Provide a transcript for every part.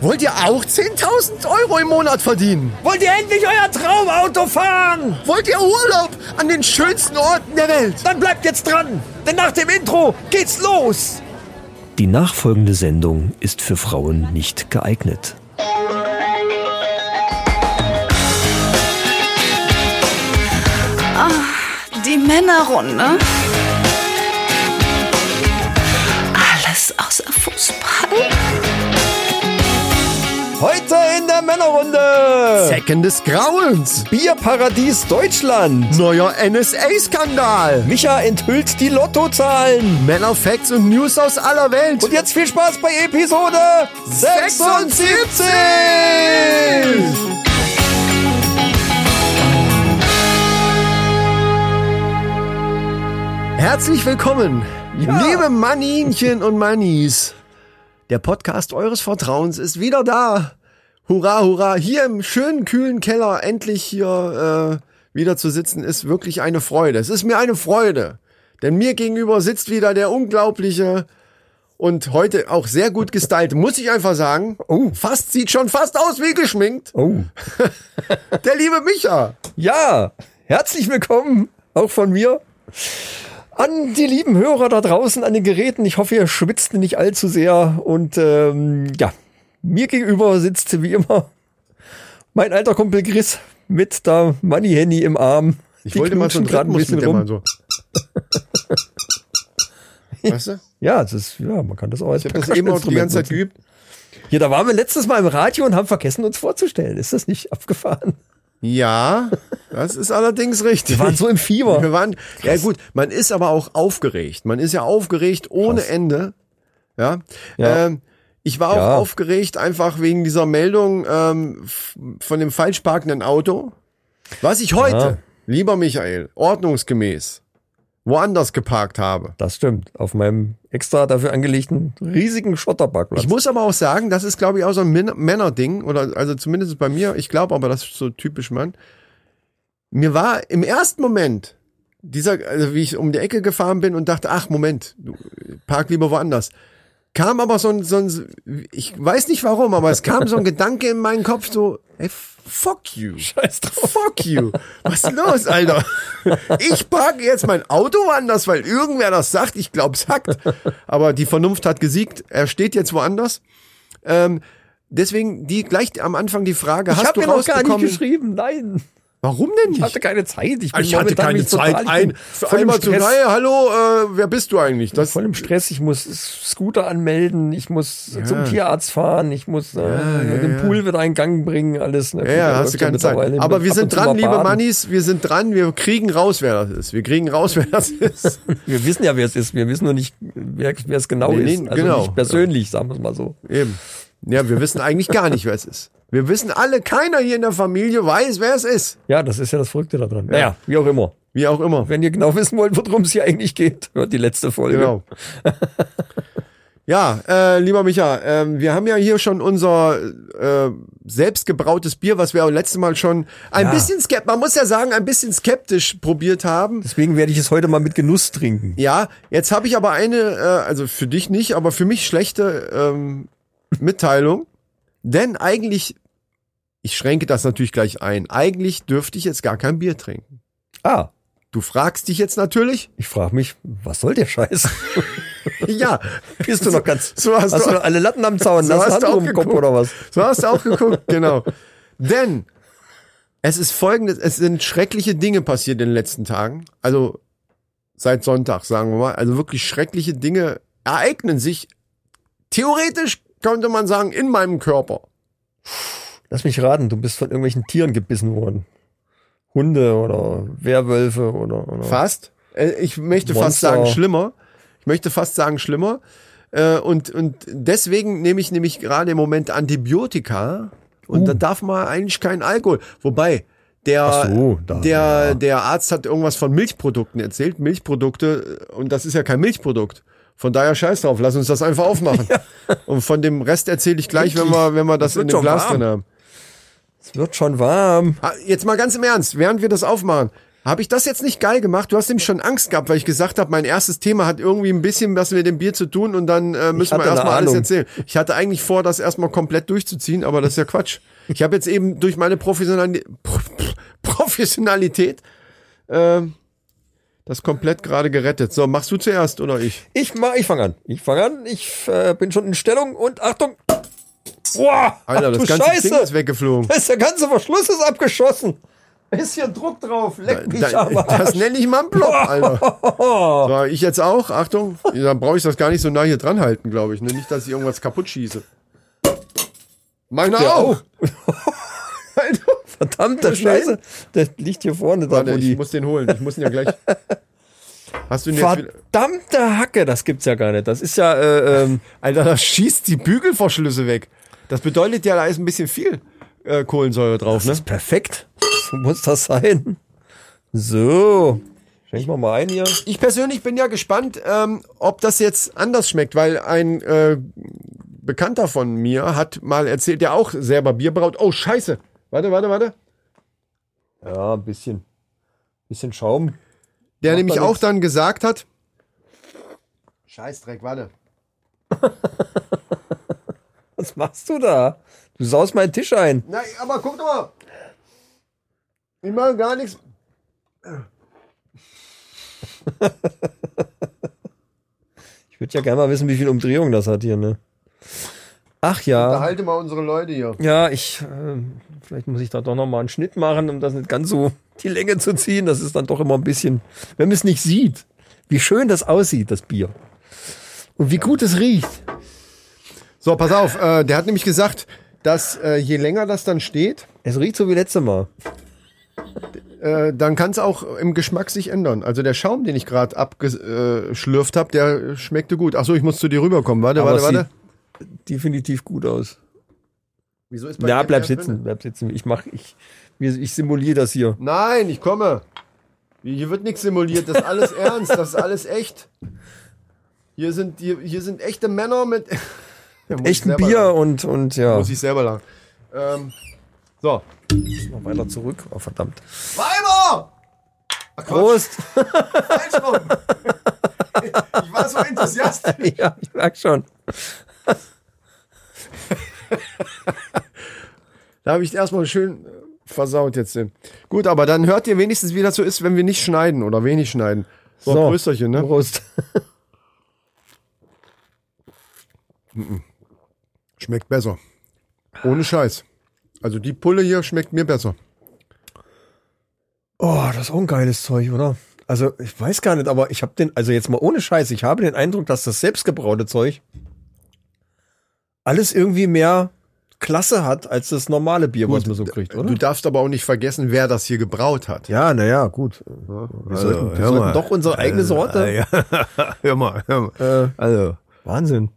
Wollt ihr auch 10.000 Euro im Monat verdienen? Wollt ihr endlich euer Traumauto fahren? Wollt ihr Urlaub an den schönsten Orten der Welt? Dann bleibt jetzt dran, denn nach dem Intro geht's los. Die nachfolgende Sendung ist für Frauen nicht geeignet. Die Männerrunde. Alles außer Fußball. Heute in der Männerrunde. Zecken des Grauens. Bierparadies Deutschland. Neuer NSA-Skandal. Micha enthüllt die Lottozahlen. Männerfacts und News aus aller Welt. Und jetzt viel Spaß bei Episode 76. Herzlich willkommen, liebe Maninchen und Manis. Der Podcast eures Vertrauens ist wieder da. Hurra, hurra. Hier im schönen, kühlen Keller endlich hier äh, wieder zu sitzen, ist wirklich eine Freude. Es ist mir eine Freude. Denn mir gegenüber sitzt wieder der unglaubliche und heute auch sehr gut gestylte, muss ich einfach sagen. Oh. Fast sieht schon fast aus wie geschminkt. Oh. Der liebe Micha. Ja, herzlich willkommen auch von mir an die lieben Hörer da draußen an den Geräten. Ich hoffe, ihr schwitzt nicht allzu sehr. Und ähm, ja, mir gegenüber sitzt wie immer mein alter Kumpel Chris mit der Money Henny im Arm. Ich wollte mal so einen gerade ein Rhythmus bisschen mit dem rum. so. weißt du? Ja, das ist, ja, man kann das auch als Ich habe das eben auch die ganze Zeit geübt. Ja, da waren wir letztes Mal im Radio und haben vergessen, uns vorzustellen. Ist das nicht abgefahren? Ja, das ist allerdings richtig. Wir waren so im Wir Fieber. waren, ja gut, man ist aber auch aufgeregt. Man ist ja aufgeregt ohne Ende. Ja. Ja. Ähm, ich war auch Ja. aufgeregt einfach wegen dieser Meldung ähm, f- von dem falsch parkenden Auto. Was ich heute, Ja. lieber Michael, ordnungsgemäß woanders geparkt habe. Das stimmt. Auf meinem extra dafür angelegten riesigen Schotterparkplatz. Ich muss aber auch sagen, das ist, glaube ich, auch so ein Män- Männerding, oder also zumindest bei mir, ich glaube aber, das ist so typisch Mann. Mir war im ersten Moment, dieser, also wie ich um die Ecke gefahren bin und dachte, ach Moment, du, äh, park lieber woanders. Kam aber so ein, so ein, ich weiß nicht warum, aber es kam so ein Gedanke in meinen Kopf, so, ey, fuck you. Scheiß drauf. Fuck you. Was ist los, Alter? Ich parke jetzt mein Auto anders, weil irgendwer das sagt. Ich glaub's hackt. Aber die Vernunft hat gesiegt. Er steht jetzt woanders. Ähm, deswegen die gleich am Anfang die Frage, Ich hast habe du mir noch gar nicht rausbekommen? geschrieben. Nein. warum denn Ich hatte nicht? keine Zeit. Ich, bin Ich hatte momentan keine nicht total- Zeit ich ein. bin Für Voll im einmal zu, Stress. hey, hallo, äh, wer bist du eigentlich? Das, Voll im Stress. Ich muss Scooter anmelden. Ich muss zum Tierarzt fahren. Ich muss äh, den Pool wieder in Gang bringen. Alles. Ne? ja, ja, hast du keine Zeit. Aber wir sind dran, liebe Mannis, wir sind dran, wir kriegen raus, wer das ist. Wir kriegen raus, wer das ist. Wir wissen ja, wer es ist. Wir wissen nur nicht, wer wer es genau Nee, nee, ist. Also genau. nicht persönlich, sagen wir es mal so. Eben. Ja, wir wissen eigentlich gar nicht, wer es ist. Wir wissen alle, keiner hier in der Familie weiß, wer es ist. Ja, das ist ja das Verrückte daran. Naja, wie auch immer. Wie auch immer. Wenn ihr genau wissen wollt, worum es hier eigentlich geht, hört die letzte Folge. Genau. Ja, äh, lieber Micha, ähm, wir haben ja hier schon unser äh, selbstgebrautes Bier, was wir auch letztes Mal schon ein Ja. bisschen skeptisch, man muss ja sagen, ein bisschen skeptisch probiert haben. Deswegen werde ich es heute mal mit Genuss trinken. Ja, jetzt habe ich aber eine, äh, also für dich nicht, aber für mich schlechte ähm, Mitteilung. Denn eigentlich, ich schränke das natürlich gleich ein, eigentlich dürfte ich jetzt gar kein Bier trinken. Ah, Du fragst dich jetzt natürlich, ich frage mich, was soll der Scheiß? ja, Bist du noch ganz. so hast, Hast du du, alle Latten am Zaun? So hast du hast Hand du auch um den Kopf geguckt. oder was? so hast du auch geguckt, genau. Denn es ist folgendes, es sind schreckliche Dinge passiert in den letzten Tagen. Also seit Sonntag, sagen wir mal. Also wirklich schreckliche Dinge ereignen sich. Theoretisch könnte man sagen, in meinem Körper. Lass mich raten, du bist von irgendwelchen Tieren gebissen worden. Hunde oder Werwölfe oder. oder. Fast. Äh, Ich möchte fast Genau. Monster. sagen, schlimmer. Ich möchte fast sagen, schlimmer. Äh, Und, und deswegen nehme ich nämlich gerade im Moment Antibiotika und da darf man eigentlich keinen Alkohol. Wobei, der, Oh. Ach so, da- der, ja. der Arzt hat irgendwas von Milchprodukten erzählt. Milchprodukte, äh, und das ist ja kein Milchprodukt. Von daher scheiß drauf, lass uns das einfach aufmachen. Und von dem Rest erzähle ich gleich, wenn wir, wenn wir das, Das wird in dem schon Glas warm. drin haben. Es wird schon warm. Ah, Jetzt mal ganz im Ernst, während wir das aufmachen, Habe ich das jetzt nicht geil gemacht? Du hast nämlich schon Angst gehabt, weil ich gesagt habe, mein erstes Thema hat irgendwie ein bisschen was mit dem Bier zu tun und dann äh, müssen wir hatte eine erstmal alles Ahnung. erzählen. Ich hatte eigentlich vor, das erstmal komplett durchzuziehen, aber das ist ja Quatsch. Ich habe jetzt eben durch meine Professionali Pro- Pro- Professionalität äh, das komplett gerade gerettet. So, machst du zuerst oder ich? Ich, mach- ich fange an. Ich fange an. Ich äh, bin schon in Stellung und Achtung. Boah, Alter, ach, das du ganze Scheiße. Ding ist weggeflogen. Das- der ganze Verschluss ist abgeschossen. Ist hier Druck drauf. Leck mich Da, am Arsch. das nenne ich mal einen Block, Alter. So, ich jetzt auch, Achtung. Dann brauche ich das gar nicht so nah hier dran halten, glaube ich. ne? Nicht, dass ich irgendwas kaputt schieße. Meine Ja, auch. Alter, Verdammte Scheiße. Das liegt hier vorne da, Warte, wo ich die. muss den holen. Ich muss ihn ja gleich. Hast du ihn jetzt wieder. Verdammte Hacke, das gibt's ja gar nicht. Das ist ja, äh, ähm, Alter, das schießt die Bügelverschlüsse weg. Das bedeutet ja, da ist ein bisschen viel äh, Kohlensäure drauf, ne? perfekt. So muss das sein. So. Schenk mal mal ein hier. Ich persönlich bin ja gespannt, ähm, ob das jetzt anders schmeckt, weil ein äh, Bekannter von mir hat mal erzählt, der auch selber Bier braut. Oh, scheiße. Warte, warte, warte. Ja, ein bisschen. Bisschen Schaum. Der nämlich da auch nix. dann gesagt hat. Scheißdreck, warte. Was machst du da? Du saust meinen Tisch ein. Na, aber guck doch mal. Ich mache gar nichts. Ich würde ja gerne mal wissen, wie viel Umdrehung das hat hier, ne? Ach ja. Behalte mal unsere Leute hier. Ja, ich. ähm, vielleicht muss ich da doch nochmal einen Schnitt machen, um das nicht ganz so die Länge zu ziehen. Das ist dann doch immer ein bisschen. Wenn man es nicht sieht, wie schön das aussieht, das Bier. Und wie gut es riecht. So, pass auf. Äh, der hat nämlich gesagt, dass äh, je länger das dann steht, Es riecht so wie letztes Mal. äh, dann kann es auch im Geschmack sich ändern. Also der Schaum, den ich gerade abgeschlürft habe, der schmeckte gut. Achso, ich muss zu dir rüberkommen. Warte, Aber warte, es warte. sieht Definitiv gut aus. Wieso ist bei Ja, dir bleib der sitzen, drinne? bleib sitzen. Ich mach, ich, mir- ich simuliere das hier. Nein, ich komme. Hier wird nichts simuliert. Das ist alles ernst. Das ist alles echt. Hier sind, hier, hier sind echte Männer mit Da muss ich Echt ein selber Bier lachen. und, und ja. Muss ich selber lachen. Ähm, so. noch weiter zurück. Oh, verdammt. Weiber! Ach, Quatsch, Prost! falsch rum. Ich war so enthusiastisch. ja, ich merk schon. Da habe ich erstmal schön äh, versaut jetzt den. Gut, aber dann hört ihr wenigstens, wie das so ist, wenn wir nicht schneiden oder wenig schneiden. So, So. Prösterchen, ne? Prost. Schmeckt besser. Ohne Scheiß. Also die Pulle hier schmeckt mir besser. Oh, das ist auch ein geiles Zeug, oder? Also, ich weiß gar nicht, aber ich habe den, also jetzt mal ohne Scheiß, ich habe den Eindruck, dass das selbstgebraute Zeug alles irgendwie mehr Klasse hat als das normale Bier, was man so kriegt, oder? Du darfst aber auch nicht vergessen, wer das hier gebraut hat. Ja, naja, gut. Äh, Wir sollten, wir sollten doch unsere eigene Sorte. Hör mal, hör Äh, mal. also. Wahnsinn.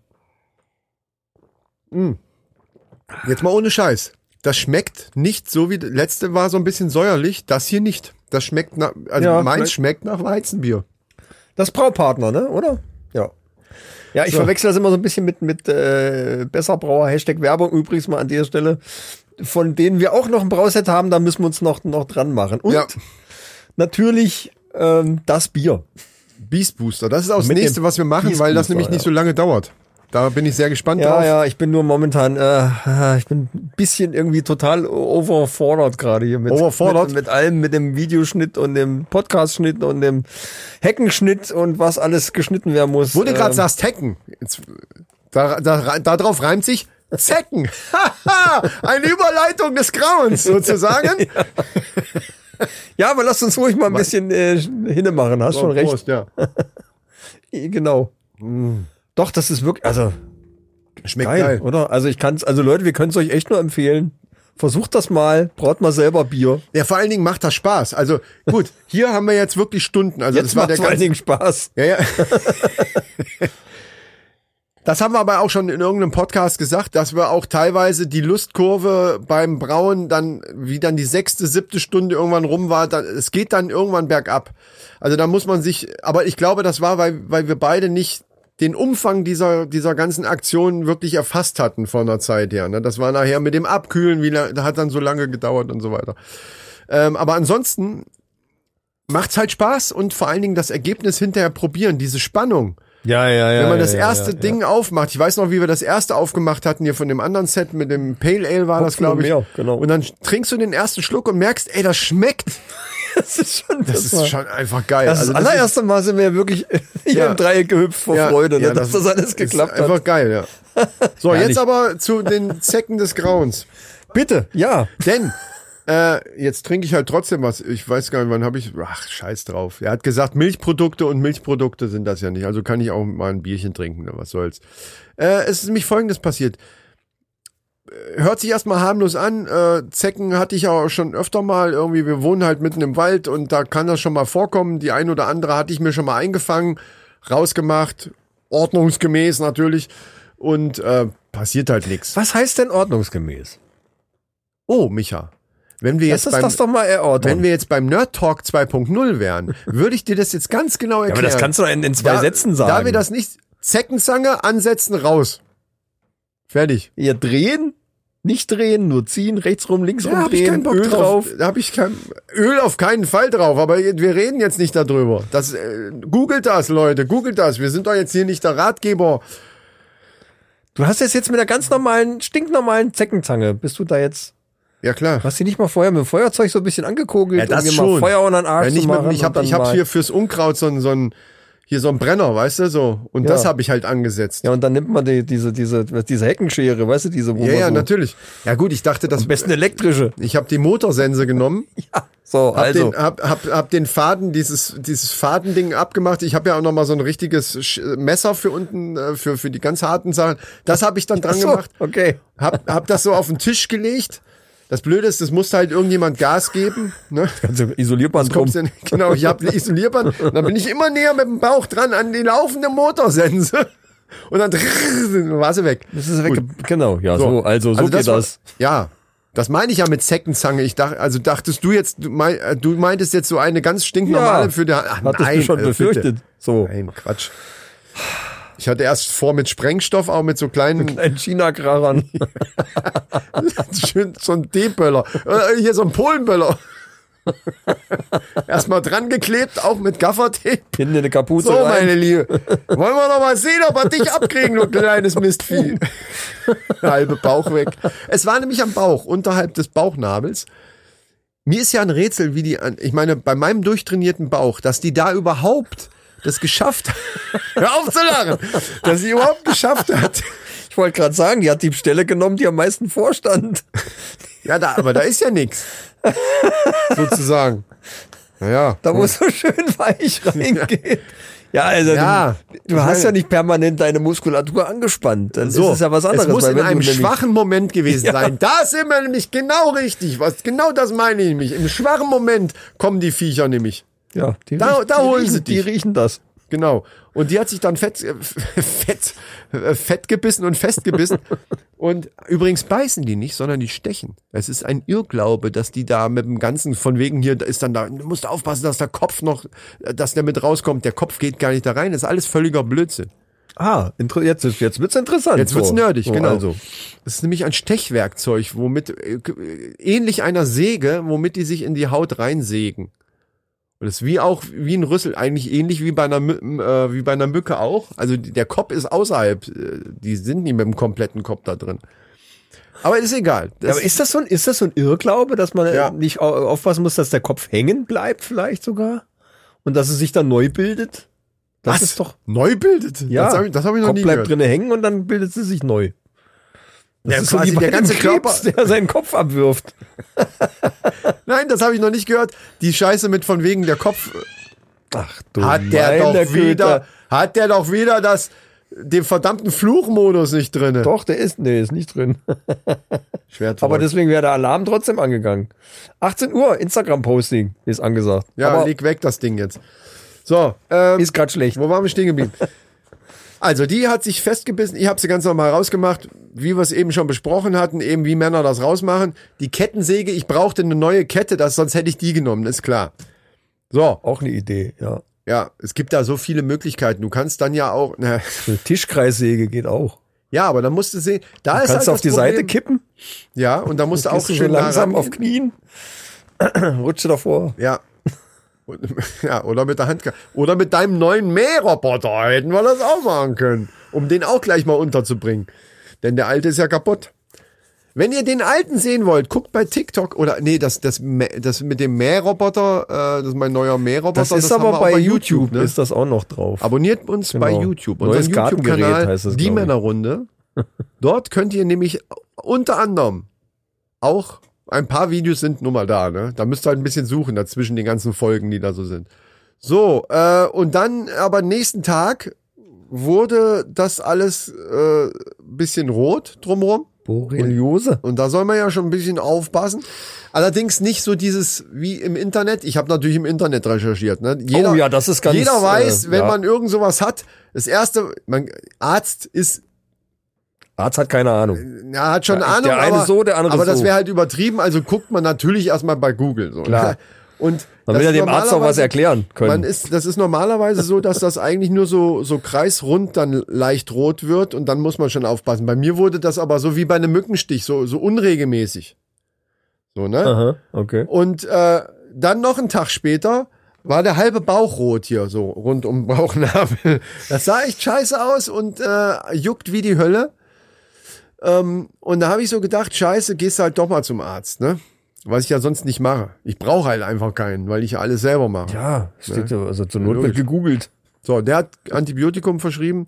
Jetzt mal ohne Scheiß. Das schmeckt nicht so wie letzte war so ein bisschen säuerlich, das hier nicht. Das schmeckt nach, also Ja, meins vielleicht- schmeckt nach Weizenbier. Das Braupartner, ne? Oder? Ja. Ja, ich verwechsel das immer so ein bisschen mit, mit äh, Besserbrauer, Hashtag Werbung übrigens mal an dieser Stelle, von denen wir auch noch ein Brauset haben, da müssen wir uns noch, noch dran machen. Und Ja. natürlich ähm, das Bier. Beast Booster, das ist auch das Mit dem nächste, was wir machen, Beast weil das Booster, nämlich nicht ja. so lange dauert. Da bin ich sehr gespannt Ja, drauf. ja, ich bin nur momentan, äh, ich bin ein bisschen irgendwie total overfordert gerade hier mit, Overfordert? mit, mit allem, mit dem Videoschnitt und dem Podcast-Schnitt und dem Heckenschnitt und was alles geschnitten werden muss. Wo du gerade Ähm, sagst, Hecken. Jetzt, da, da, da drauf reimt sich Zecken. Haha, Eine Überleitung des Grauens sozusagen. Ja, aber lass uns ruhig mal ein bisschen äh, hinmachen, hast schon recht. Prost, ja. Eh, Genau. Doch, das ist wirklich, also Schmeckt geil, geil. oder? Also ich kann's, also Leute, wir können es euch echt nur empfehlen. Versucht das mal, braut mal selber Bier. Ja, vor allen Dingen macht Also, das Spaß. Also gut, hier haben wir jetzt wirklich Stunden. Also Jetzt das war macht der vor allen ganze Dingen Spaß. Ja, ja. Das haben wir aber auch schon in irgendeinem Podcast gesagt, dass wir auch teilweise die Lustkurve beim Brauen dann, wie dann die sechste, siebte Stunde irgendwann rum war, dann, es geht dann irgendwann bergab. Also da muss man sich, aber ich glaube, das war, weil, weil wir beide nicht den Umfang dieser, dieser ganzen Aktion wirklich erfasst hatten von der Zeit her. Ne? Das war nachher mit dem Abkühlen, wie la- hat dann so lange gedauert und so weiter. Ähm, aber ansonsten macht's halt Spaß und vor allen Dingen das Ergebnis hinterher probieren, diese Spannung. Ja, ja, ja. Wenn man das erste Ding aufmacht, ich weiß noch, wie wir das erste aufgemacht hatten, hier von dem anderen Set mit dem Pale Ale war das, Hopfen und glaube ich. Meer, genau. Und dann trinkst du den ersten Schluck und merkst, ey, das schmeckt. Das ist schon Das ist schon einfach geil. Das, Also ist das allererste Mal sind wir wirklich hier Ja. im Dreieck gehüpft vor ja, Freude, ne, ja, dass das, alles geklappt ist einfach hat. geil, ja. So, Herrlich. jetzt aber zu den Zecken des Grauens. Bitte. Ja. Denn äh, jetzt trinke ich halt trotzdem was. Ich weiß gar nicht, wann habe ich. Ach, scheiß drauf. Er hat gesagt, Milchprodukte und Milchprodukte sind das ja nicht. Also kann ich auch mal ein Bierchen trinken, ne, was soll's. Äh, es ist nämlich folgendes passiert. Äh, Hört sich erstmal harmlos an. Äh, Zecken hatte ich ja auch schon öfter mal irgendwie. Wir wohnen halt mitten im Wald und da kann das schon mal vorkommen. Die ein oder andere hatte ich mir schon mal eingefangen, rausgemacht, ordnungsgemäß natürlich. Und äh, passiert halt nichts. Was heißt denn ordnungsgemäß? Oh, Micha. Wenn wir Jetzt jetzt ist beim, das doch mal erörtern. wenn wir jetzt bei Nerd Talk 2.0 wären, würde ich dir das jetzt ganz genau erklären. doch in, in zwei da, Da wir das nicht Zeckenzange ansetzen, raus. Fertig. ja, drehen, nicht drehen, nur ziehen, rechts rum, links rum, hab drehen, Öl drauf. Da hab ich kein Öl auf keinen Fall drauf, aber wir reden jetzt nicht darüber. Das äh, googelt das Leute, googelt das. Wir sind doch jetzt hier nicht der Ratgeber. Du hast das jetzt mit der ganz normalen, stinknormalen Zeckenzange. Bist du da jetzt? Ja klar. Hast du die nicht mal vorher mit dem Feuerzeug so ein bisschen angekogelt? Ja, das um dir schon. Mal Feuer und einen Arsch Ja, nicht zu mit, machen ich und habe dann ich hab mal- hier fürs Unkraut so einen, so einen, hier so einen Brenner, weißt du, so. Und das Ja. habe ich halt angesetzt. Ja, und dann nimmt man die, diese, diese, diese Heckenschere, weißt du, diese, wo Ja, man ja, so- natürlich. Ja gut, ich dachte, das Am besten elektrische. Ich habe die Motorsense genommen, Ja. So, hab, also. den, hab, hab, hab den Faden, dieses, dieses Fadending abgemacht. Ich habe ja auch noch mal so ein richtiges Sch äh, Messer für unten, äh, für, für die ganz harten Sachen. Das habe ich dann dran so, gemacht. okay. Hab, hab das so auf den Tisch gelegt. Das Blöde ist, es musste halt irgendjemand Gas geben. Ne? Also Isolierband drum. Kommst denn, genau, ich habe eine Isolierband. Und dann bin ich immer näher mit dem Bauch dran an die laufende Motorsense. Und dann war sie weg. Das ist weg. Genau, ja, so, also, so geht war- das. Ja. Das meine ich ja mit Zeckenzange. Ich dachte, also dachtest du jetzt, du, mein, äh, du meintest jetzt so eine ganz stinknormale Ja. für die Ach, Hattest du also schon bitte. befürchtet. So. Nein, Quatsch. Ich hatte erst vor mit Sprengstoff, auch mit so kleinen, Ein China-Krachern. schön, so ein D-Böller. Äh, hier so ein Polenböller. Erstmal dran geklebt, auch mit Gaffertape. Hinten in eine Kapuze So, rein. meine Liebe. Wollen wir noch mal sehen, ob wir dich abkriegen, du kleines Mistvieh. Halbe Bauch weg. Es war nämlich am Bauch, unterhalb des Bauchnabels. Mir ist ja ein Rätsel, wie die, an- ich meine, bei meinem durchtrainierten Bauch, dass die da überhaupt das geschafft hat. Hör auf zu lachen! Dass sie überhaupt geschafft hat. Ich wollte gerade sagen, die hat die Stelle genommen, die am meisten vorstand. Ja, da, aber da ist ja nichts. Sozusagen. Naja. Da wo es so schön weich reingeht. Ja, also Ja. du, du hast ja nicht permanent deine Muskulatur angespannt. Dann So, ist es ja was anderes. Es muss weil in wenn du einem nämlich- schwachen Moment gewesen sein. Da sind wir nämlich genau richtig. Was, genau das meine ich nämlich. Im schwachen Moment kommen die Viecher nämlich. Ja, die Da- riechen- da die holen riechen, sie Die dich. riechen das. Genau. Und die hat sich dann fett, äh, fett, äh, fett gebissen und festgebissen. Und übrigens beißen die nicht, sondern die stechen. Es ist ein Irrglaube, dass die da mit dem Ganzen von wegen hier da ist dann da, du musst aufpassen, dass der Kopf noch, äh, dass der mit rauskommt. Der Kopf geht gar nicht da rein. Das ist alles völliger Blödsinn. Ah, inter- jetzt, ist- jetzt wird's interessant. Jetzt wird's So. nerdig, So, genau. Also. Das ist nämlich ein Stechwerkzeug, womit äh, k- äh, ähnlich einer Säge, womit die sich in die Haut reinsägen. Und das ist wie auch wie ein Rüssel, eigentlich ähnlich wie bei einer Mü- m- äh, wie bei einer Mücke auch. Also die- der Kopf ist außerhalb, äh, die sind nicht mit dem kompletten Kopf da drin. Aber ist egal. Ja, aber ist das, so ein, ist das so ein Irrglaube, dass man äh, Ja. nicht au- aufpassen muss, dass der Kopf hängen bleibt vielleicht sogar? Und dass es sich dann neu bildet? Das was? ist doch... neu bildet. Ja, das habe ich, das hab ich noch Kopf nie bleibt gehört. drinne hängen und dann bildet sie sich neu. Ja, so quasi wie bei der dem ganze Krebs, Körper. der seinen Kopf abwirft. Nein, das habe ich noch nicht gehört. Die Scheiße mit von wegen der Kopf Ach du Hat der doch meine Güte. wieder, hat der doch wieder das, den verdammten Fluchmodus nicht drinne. Doch, der ist, nee, ist nicht drin. Schwer Aber verrückt. deswegen wäre der Alarm trotzdem angegangen. 18 Uhr, Instagram-Posting ist angesagt. ja, Aber leg weg das Ding jetzt. So, ähm, ist gerade schlecht. wo waren wir stehen geblieben? Also, die hat sich festgebissen. Ich habe sie ganz normal rausgemacht, wie wir es eben schon besprochen hatten, eben wie Männer das rausmachen. Die Kettensäge, ich brauchte eine neue Kette, das, sonst hätte ich die genommen, ist klar. So, Auch eine Idee, ja. ja, es gibt da so viele Möglichkeiten. Du kannst dann ja auch, na, So Eine Tischkreissäge geht auch. ja, aber dann musst du sehen, da ist halt Kannst du das auf die Problem. Seite kippen? Ja, und da musst du auch Gehst du so schön nah langsam rangehen. auf Knien? Rutsche davor. Ja. Ja, oder mit der Hand. Oder mit deinem neuen Mähroboter hätten wir das auch machen können, um den auch gleich mal unterzubringen. Denn der alte ist ja kaputt. Wenn ihr den alten sehen wollt, guckt bei TikTok oder nee, das, das, Mä- das mit dem Mähroboter, äh, das ist mein neuer Mähroboter. Das, ist haben wir aber auch bei YouTube, ne? ist das auch noch drauf. Abonniert uns Genau. bei YouTube. Neues Unseren Gartengerät YouTube-Kanal heißt es, Die glaub ich. Männerrunde. Dort könnt ihr nämlich unter anderem auch ein paar Videos sind nun mal da, ne? Da müsst ihr halt ein bisschen suchen dazwischen den ganzen Folgen, die da so sind. So, äh, und dann aber nächsten Tag wurde das alles äh, bisschen rot drumherum. Borreliose. Und da soll man ja schon ein bisschen aufpassen. Allerdings nicht so dieses wie im Internet. Ich habe natürlich im Internet recherchiert. Ne? Jeder, Oh ja, das ist ganz, Jeder weiß, äh, wenn ja. man irgend sowas hat, das erste, man, Arzt ist, Arzt hat keine Ahnung. ja, hat schon Ja, Ahnung. der eine aber, so, der andere Aber das so. wäre halt übertrieben. Also guckt man natürlich erstmal bei Google. So. ne? Klar. Und das Man will ja ist dem Arzt auch was normalerweise- erklären Man können. ist, das ist normalerweise so, dass das eigentlich nur so, so kreisrund dann leicht rot wird und dann muss man schon aufpassen. Bei mir wurde das aber so wie bei einem Mückenstich, so, so unregelmäßig. So, ne? Aha, okay. Und äh, dann noch einen Tag später war der halbe Bauch rot hier, so rund um den Bauchnabel. Das sah echt scheiße aus und äh, juckt wie die Hölle. Ähm, und da habe ich so gedacht, scheiße, gehst halt doch mal zum Arzt, ne? Was ich ja sonst nicht mache. Ich brauche halt einfach keinen, weil ich ja alles selber mache. Ja, steht so, also zur Not wird Logisch. gegoogelt. So, der hat Antibiotikum verschrieben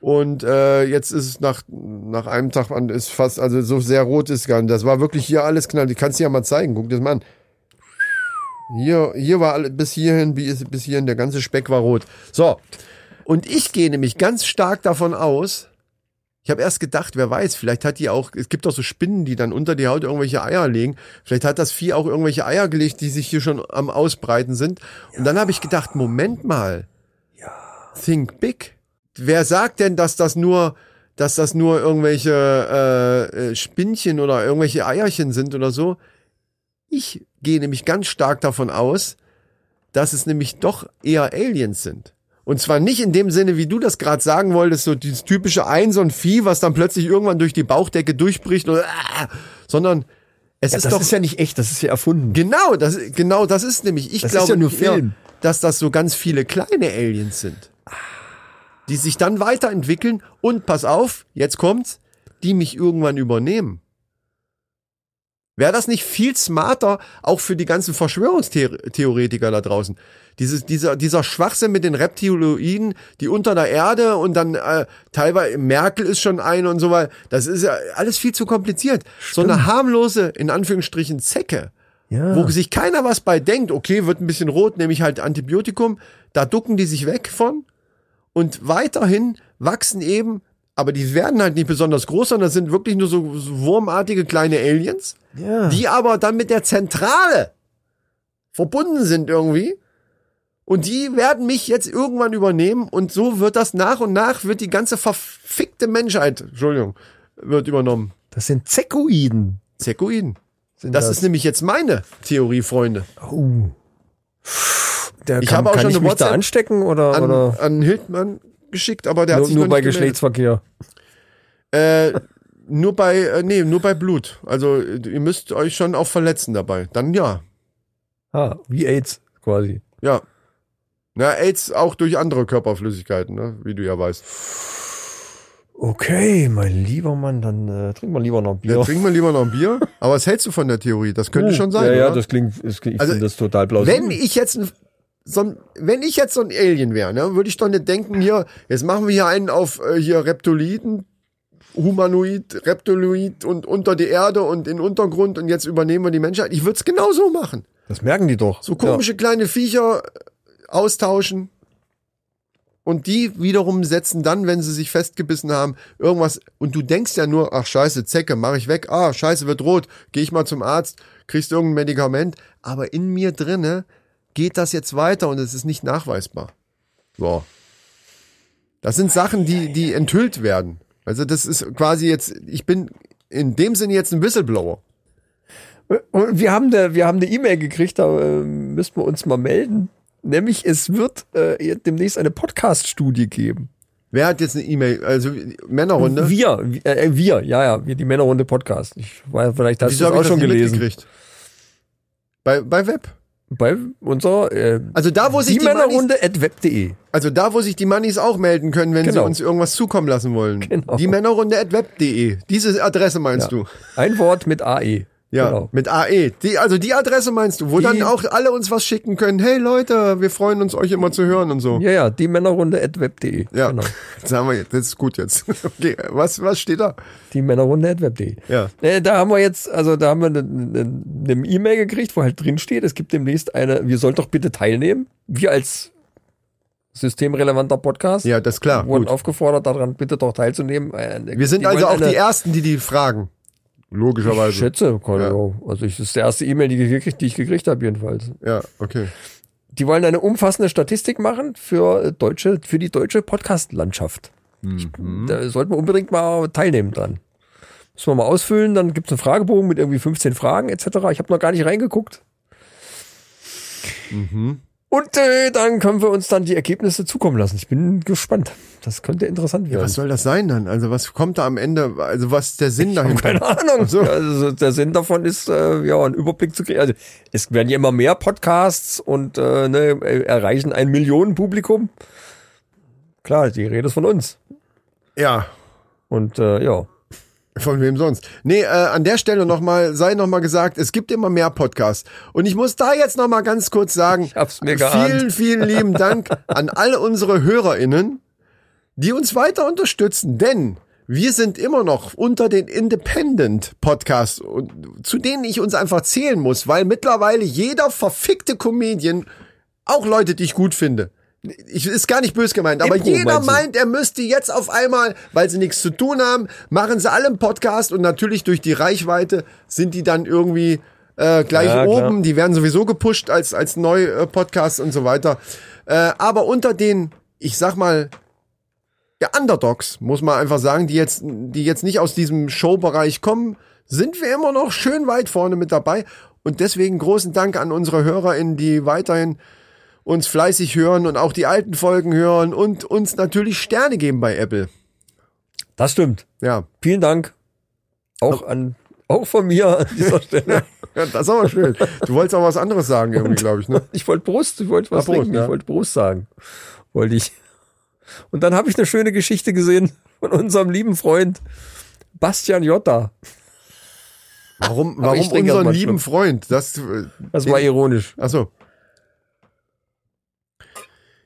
und äh, jetzt ist es nach, nach einem Tag an, ist fast, also so sehr rot ist gar nicht. Das war wirklich hier alles knallt. Ich kann es dir ja mal zeigen, guck das mal an. Hier, hier war alle, bis hierhin, bis bis hierhin, der ganze Speck war rot. So, und ich gehe nämlich ganz stark davon aus, ich habe erst gedacht, wer weiß, vielleicht hat die auch, es gibt doch so Spinnen, die dann unter die Haut irgendwelche Eier legen. Vielleicht hat das Vieh auch irgendwelche Eier gelegt, die sich hier schon am Ausbreiten sind. Und dann habe ich gedacht, Moment mal. Think big. Wer sagt denn, dass das nur, dass das nur irgendwelche äh, äh, Spinnchen oder irgendwelche Eierchen sind oder so? Ich gehe nämlich ganz stark davon aus, dass es nämlich doch eher Aliens sind. Und zwar nicht in dem Sinne, wie du das gerade sagen wolltest, so dieses typische ein so ein Vieh, was dann plötzlich irgendwann durch die Bauchdecke durchbricht, oder, ah, sondern es Ja, ist das doch ist ja nicht echt, das ist ja erfunden. genau das genau das ist nämlich ich Das ist glaube ja nur eher, Film. dass das so ganz viele kleine Aliens sind, die sich dann weiterentwickeln und pass auf, jetzt kommt's, die mich irgendwann übernehmen. Wäre das nicht viel smarter, auch für die ganzen Verschwörungstheoretiker da draußen? Dieses, dieser, dieser Schwachsinn mit den Reptiloiden, die unter der Erde und dann äh, teilweise Merkel ist schon ein und so weiter. Das ist ja alles viel zu kompliziert. So eine harmlose, in Anführungsstrichen, Zecke, Ja. wo sich keiner was bei denkt, okay, wird ein bisschen rot, nehme ich halt Antibiotikum, da ducken die sich weg von und weiterhin wachsen eben, aber die werden halt nicht besonders groß, sondern das sind wirklich nur so, so wurmartige kleine Aliens, Ja. die aber dann mit der Zentrale verbunden sind irgendwie. Und die werden mich jetzt irgendwann übernehmen und so wird das nach und nach, wird die ganze verfickte Menschheit, Entschuldigung, wird übernommen. Das sind Zekoiden. Zekoiden. Das ist nämlich jetzt meine Theorie, Freunde. Oh. Der Ich kann, habe auch kann schon ich eine mich da WhatsApp anstecken oder, An, oder an Hildmann geschickt, aber der hat nur, sich nur noch bei nicht gemeldet. Geschlechtsverkehr? Äh, nur bei, äh, nee, nur bei Blut. Also äh, ihr müsst euch schon auch verletzen dabei. Dann ja. Ah, wie AIDS quasi. Ja. Na, AIDS auch durch andere Körperflüssigkeiten, ne? wie du ja weißt. Okay, mein lieber Mann, dann äh, trink mal lieber noch ein Ja. Bier. Oh. Dann trinken wir lieber noch ein Bier. Aber was hältst du von der Theorie? Das könnte schon sein, Ja, ja, oder? das klingt, das klingt ich Also, finde das total plausibel. wenn ich jetzt ein, so ein, wenn ich jetzt so ein Alien wäre, ne, würde ich doch nicht denken, hier, jetzt machen wir hier einen auf äh, hier Reptiliden, Humanoid, Reptiloid und unter die Erde und in den Untergrund und jetzt übernehmen wir die Menschheit. Ich würde es genau so machen. das merken die doch. So komische kleine Viecher äh, austauschen. Und die wiederum setzen dann, wenn sie sich festgebissen haben, irgendwas. Und du denkst ja nur, ach scheiße, Zecke, mache ich weg. Ah, scheiße, wird rot. Gehe ich mal zum Arzt, kriegst irgendein Medikament. Aber in mir drinne geht das jetzt weiter und es ist nicht nachweisbar. So. Das sind Sachen, die, die enthüllt werden. Also das ist quasi jetzt, ich bin in dem Sinne jetzt ein Whistleblower. Ja. Und wir haben eine wir haben eine E-Mail gekriegt, da äh, müssen wir uns mal melden. Nämlich, es wird äh, demnächst eine Podcast-Studie geben. Wer hat jetzt eine E-Mail? Also Männerrunde. Wir, wir, äh, wir, ja, ja, wir, die Männerrunde Podcast. Ich weiß, vielleicht hast du Wieso es habe auch ich das schon nicht gelesen. mitgekriegt? Bei, bei Web. Bei unserer äh, Also da, wo sich die die Mannis, Männerrunde at web.de. also da, wo sich die Mannis auch melden können, wenn sie Genau. uns irgendwas zukommen lassen wollen. Genau. Die Männerrunde at web.de. Diese Adresse meinst Ja. du? Ein Wort mit AE. Ja, Genau. mit AE. Die, also die Adresse meinst du, wo dann auch alle uns was schicken können. Hey Leute, wir freuen uns, euch immer zu hören und so. Ja, ja, die Männerrunde at web.de. Ja, Genau. das haben wir jetzt. Das ist gut jetzt. Okay, was, was steht da? Die Männerrunde at web.de. Ja. Äh, da haben wir jetzt, also da haben wir eine ne, ne E-Mail gekriegt, wo halt drin steht, es gibt demnächst eine, wir sollen doch bitte teilnehmen. Wir als systemrelevanter Podcast Ja, das ist klar. wurden Gut. aufgefordert, daran bitte doch teilzunehmen. Äh, Wir sind die also wollen auch die eine- Ersten, die die fragen. Ich Logischerweise. schätze, Conny, Ja. ja. Also ich, das ist die erste E-Mail, die, ich gekriegt- die ich gekriegt habe, jedenfalls. Ja, okay. Die wollen eine umfassende Statistik machen für äh, deutsche, für die deutsche Podcast-Landschaft. Ich- Da sollten wir unbedingt mal teilnehmen dran. Müssen wir mal ausfüllen, dann gibt es einen Fragebogen mit irgendwie 15 Fragen etc. Ich habe noch gar nicht reingeguckt. Und äh, dann können wir uns dann die Ergebnisse zukommen lassen. Ich bin gespannt. Das könnte interessant werden. Was soll das sein dann? Also was kommt da am Ende? Also was ist der Sinn dahinter? Keine Ahnung. so. Also der Sinn davon ist, äh, ja, einen Überblick zu kriegen. Also es werden ja immer mehr Podcasts und äh, ne, äh, erreichen ein Millionenpublikum. Klar, die Rede ist von uns. Ja, Und äh, ja. Von wem sonst? Nee, äh, an der Stelle nochmal, sei nochmal gesagt, es gibt immer mehr Podcasts. Und ich muss da jetzt nochmal ganz kurz sagen, ich hab's mir geahnt. vielen, vielen lieben Dank an alle unsere HörerInnen, die uns weiter unterstützen, denn wir sind immer noch unter den Independent Podcasts, und- zu denen ich uns einfach zählen muss, weil mittlerweile jeder verfickte Comedian, auch Leute, die ich gut finde, ich, ist gar nicht bös gemeint, aber Impro, jeder meinst du? meint, er müsste jetzt auf einmal, weil sie nichts zu tun haben, machen sie alle einen Podcast und natürlich durch die Reichweite sind die dann irgendwie äh, gleich Ja, klar. oben. Die werden sowieso gepusht als, als Neu-Podcast und so weiter. Äh, aber unter den, ich sag mal, ja, Underdogs, muss man einfach sagen, die jetzt, die jetzt nicht aus diesem Showbereich kommen, sind wir immer noch schön weit vorne mit dabei. Und deswegen großen Dank an unsere HörerInnen, die weiterhin uns fleißig hören und auch die alten Folgen hören und uns natürlich Sterne geben bei Apple. Das stimmt. Ja, Vielen Dank. Auch an auch von mir an dieser Stelle. Ja, das ist aber schön. Du wolltest auch was anderes sagen irgendwie, glaube ich, ne? Ich wollte Brust, ich wollte was Ah, Brust, trinken, ja. ich wollte Brust sagen. Wollte ich. Und dann habe ich eine schöne Geschichte gesehen von unserem lieben Freund Bastian Jotta. Warum, Aber ich warum trinke erst unseren mal einen lieben Freund? Das, äh, Das war ironisch. achso.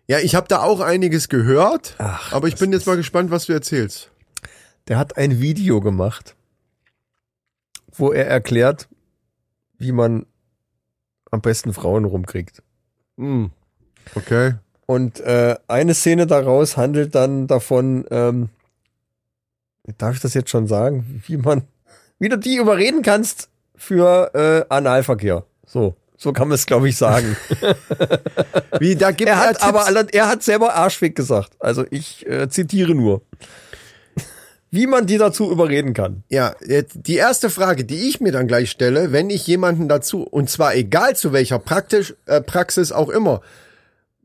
Ja, ich habe da auch einiges gehört, Ach, aber ich bin jetzt mal gespannt, was du erzählst. Der hat ein Video gemacht, wo er erklärt, wie man am besten Frauen rumkriegt. Hm. Okay. Und äh, eine Szene daraus handelt dann davon, ähm, darf ich das jetzt schon sagen, wie man, wie du die überreden kannst für äh, Analverkehr. So, so kann man es, glaube ich, sagen. Wie, da gibt er hat Tipps. aber, alle- er hat selber Arschweg gesagt. Also ich äh, zitiere nur. Wie man die dazu überreden kann. Ja, jetzt die erste Frage, die ich mir dann gleich stelle, wenn ich jemanden dazu, und zwar egal zu welcher praktisch, äh, Praxis auch immer,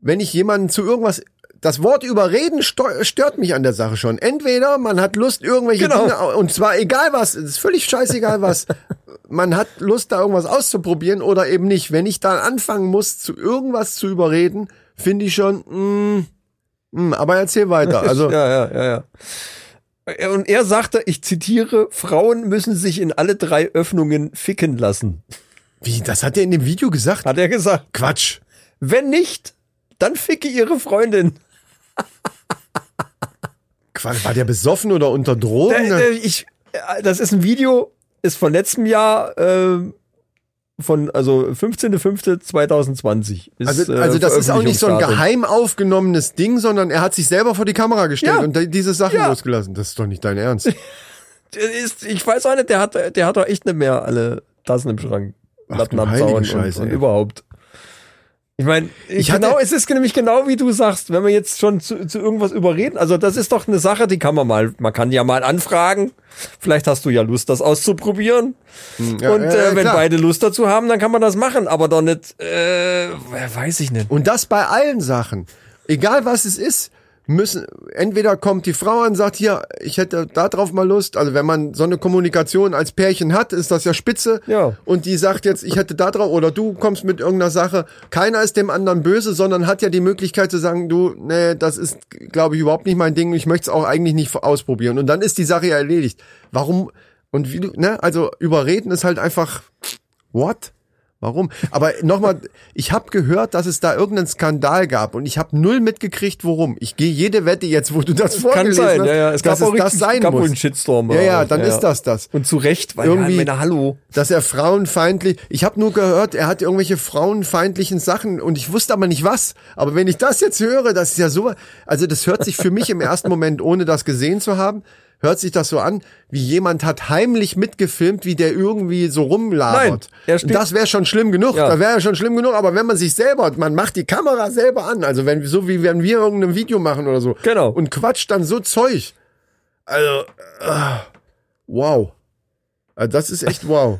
wenn ich jemanden zu irgendwas, das Wort überreden sto- stört mich an der Sache schon. Entweder man hat Lust, irgendwelche Genau. Dinge, und zwar egal was, es ist völlig scheißegal was, man hat Lust, da irgendwas auszuprobieren oder eben nicht. Wenn ich dann anfangen muss, zu irgendwas zu überreden, finde ich schon, mm, mm, aber erzähl weiter. Also, Ja, ja, ja, ja. Und er sagte, ich zitiere, Frauen müssen sich in alle drei Öffnungen ficken lassen. wie, das hat er in dem Video gesagt? Hat er gesagt. Quatsch. Wenn nicht, dann ficke ihre Freundin. Quatsch, war der besoffen oder unter Drogen? Äh, äh, ich, äh, das ist ein Video, ist von letztem Jahr, ähm, von, also 15.05.2020. Ist, also, äh, also das ist auch nicht so ein Veröffentlichungsdatum. geheim aufgenommenes Ding, sondern er hat sich selber vor die Kamera gestellt Ja. und da- diese Sachen Ja. losgelassen. Das ist doch nicht dein Ernst. Der Ist, ich weiß auch nicht, der hat, der hat doch echt nicht mehr alle Tassen im Schrank. Ach, Latten du am heilige Zaun und, Scheiße, und ey. überhaupt. Ich meine, Ich hatte- genau, es ist nämlich genau wie du sagst, wenn wir jetzt schon zu, zu irgendwas überreden, also das ist doch eine Sache, die kann man mal, man kann ja mal anfragen. Vielleicht hast du ja Lust, das auszuprobieren. Hm, ja, und ja, äh, ja, wenn klar. beide Lust dazu haben, dann kann man das machen, aber doch nicht, äh, weiß ich nicht. Und das bei allen Sachen. Egal was es ist. müssen, entweder kommt die Frau an und sagt, hier, ich hätte da drauf mal Lust. Also wenn man so eine Kommunikation als Pärchen hat, ist das ja spitze. Ja. Und die sagt jetzt, ich hätte da drauf, oder du kommst mit irgendeiner Sache. Keiner ist dem anderen böse, sondern hat ja die Möglichkeit zu sagen, du, nee, das ist, glaube ich, überhaupt nicht mein Ding. Ich möchte es auch eigentlich nicht ausprobieren. Und dann ist die Sache ja erledigt. Warum? Und wie du, ne? Also überreden ist halt einfach, what? Warum? Aber nochmal, ich habe gehört, dass es da irgendeinen Skandal gab und ich habe null mitgekriegt, worum. Ich gehe jede Wette jetzt, wo du das Kann vorgelesen sein, hast, ja, ja. Es gab dass auch es das richtig- sein gab wohl muss. einen Shitstorm. Ja, ja, auch. dann ist das das. Und zu Recht, weil Irgendwie- ja, meine, hallo. Dass er frauenfeindlich, ich habe nur gehört, er hat irgendwelche frauenfeindlichen Sachen und ich wusste aber nicht was. Aber wenn ich das jetzt höre, das ist ja so, also das hört sich für mich im ersten Moment, ohne das gesehen zu haben, hört sich das so an, wie jemand hat heimlich mitgefilmt, wie der irgendwie so rumlabert. Nein, er steht- das wäre schon schlimm genug, Ja. da wäre ja schon schlimm genug, aber wenn man sich selber, man macht die Kamera selber an, also wenn, so wie wenn wir irgendein Video machen oder so. Genau. Und quatscht dann so Zeug. Also, ah, wow. Also Das ist echt wow.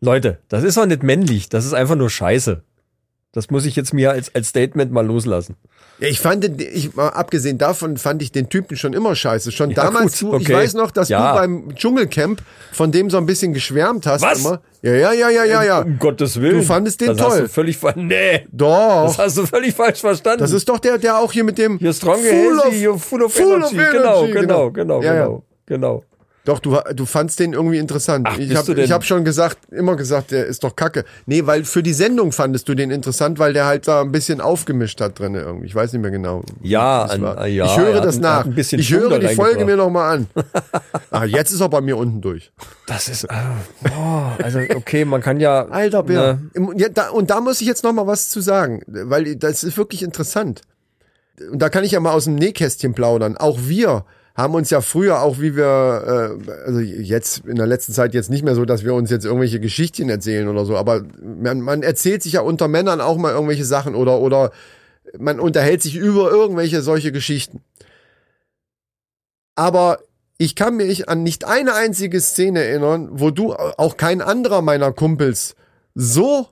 Leute, das ist doch nicht männlich, das ist einfach nur Scheiße. Das muss ich jetzt mir als, als Statement mal loslassen. Ja, ich fand, den, ich, mal abgesehen davon, fand ich den Typen schon immer scheiße. Schon Ja, damals, gut, du, ich okay. weiß noch, dass Ja. du beim Dschungelcamp von dem so ein bisschen geschwärmt hast. Was? Immer. Ja, ja, ja, ja, ja, ja. Um Gottes Willen. Ah, Du fandest den das Hast toll. du völlig, ver- nee, das Doch. hast du völlig falsch verstanden. Das ist doch der, der auch hier mit dem. You're strong and Full healthy, of- you're full of full energy. of Genau, energy, genau. genau, genau, Ja, ja. genau, genau. Doch, du, du fandst den irgendwie interessant. Ach, ich bist du habe denn- hab schon gesagt, immer gesagt, der ist doch kacke. Nee, weil für die Sendung fandest du den interessant, weil der halt da ein bisschen aufgemischt hat drin irgendwie. Ich weiß nicht mehr genau. Ja, was an, war. ja. ich er höre hat das ein- nach. Hat ein bisschen ich höre Schwung da die Folge mir reingebracht. nochmal an. Ah, jetzt ist er bei mir unten durch. Das ist, ah, boah, also okay, man kann ja. Alter Bär. ne, Im- Ja, da, und da muss ich jetzt noch mal was zu sagen, weil das ist wirklich interessant. Und da kann ich ja mal aus dem Nähkästchen plaudern. Auch wir haben uns ja früher, auch wie wir, äh, also jetzt in der letzten Zeit jetzt nicht mehr so, dass wir uns jetzt irgendwelche Geschichtchen erzählen oder so, aber man, man erzählt sich ja unter Männern auch mal irgendwelche Sachen oder, oder man unterhält sich über irgendwelche solche Geschichten. Aber ich kann mich an nicht eine einzige Szene erinnern, wo du, äh, auch kein anderer meiner Kumpels, so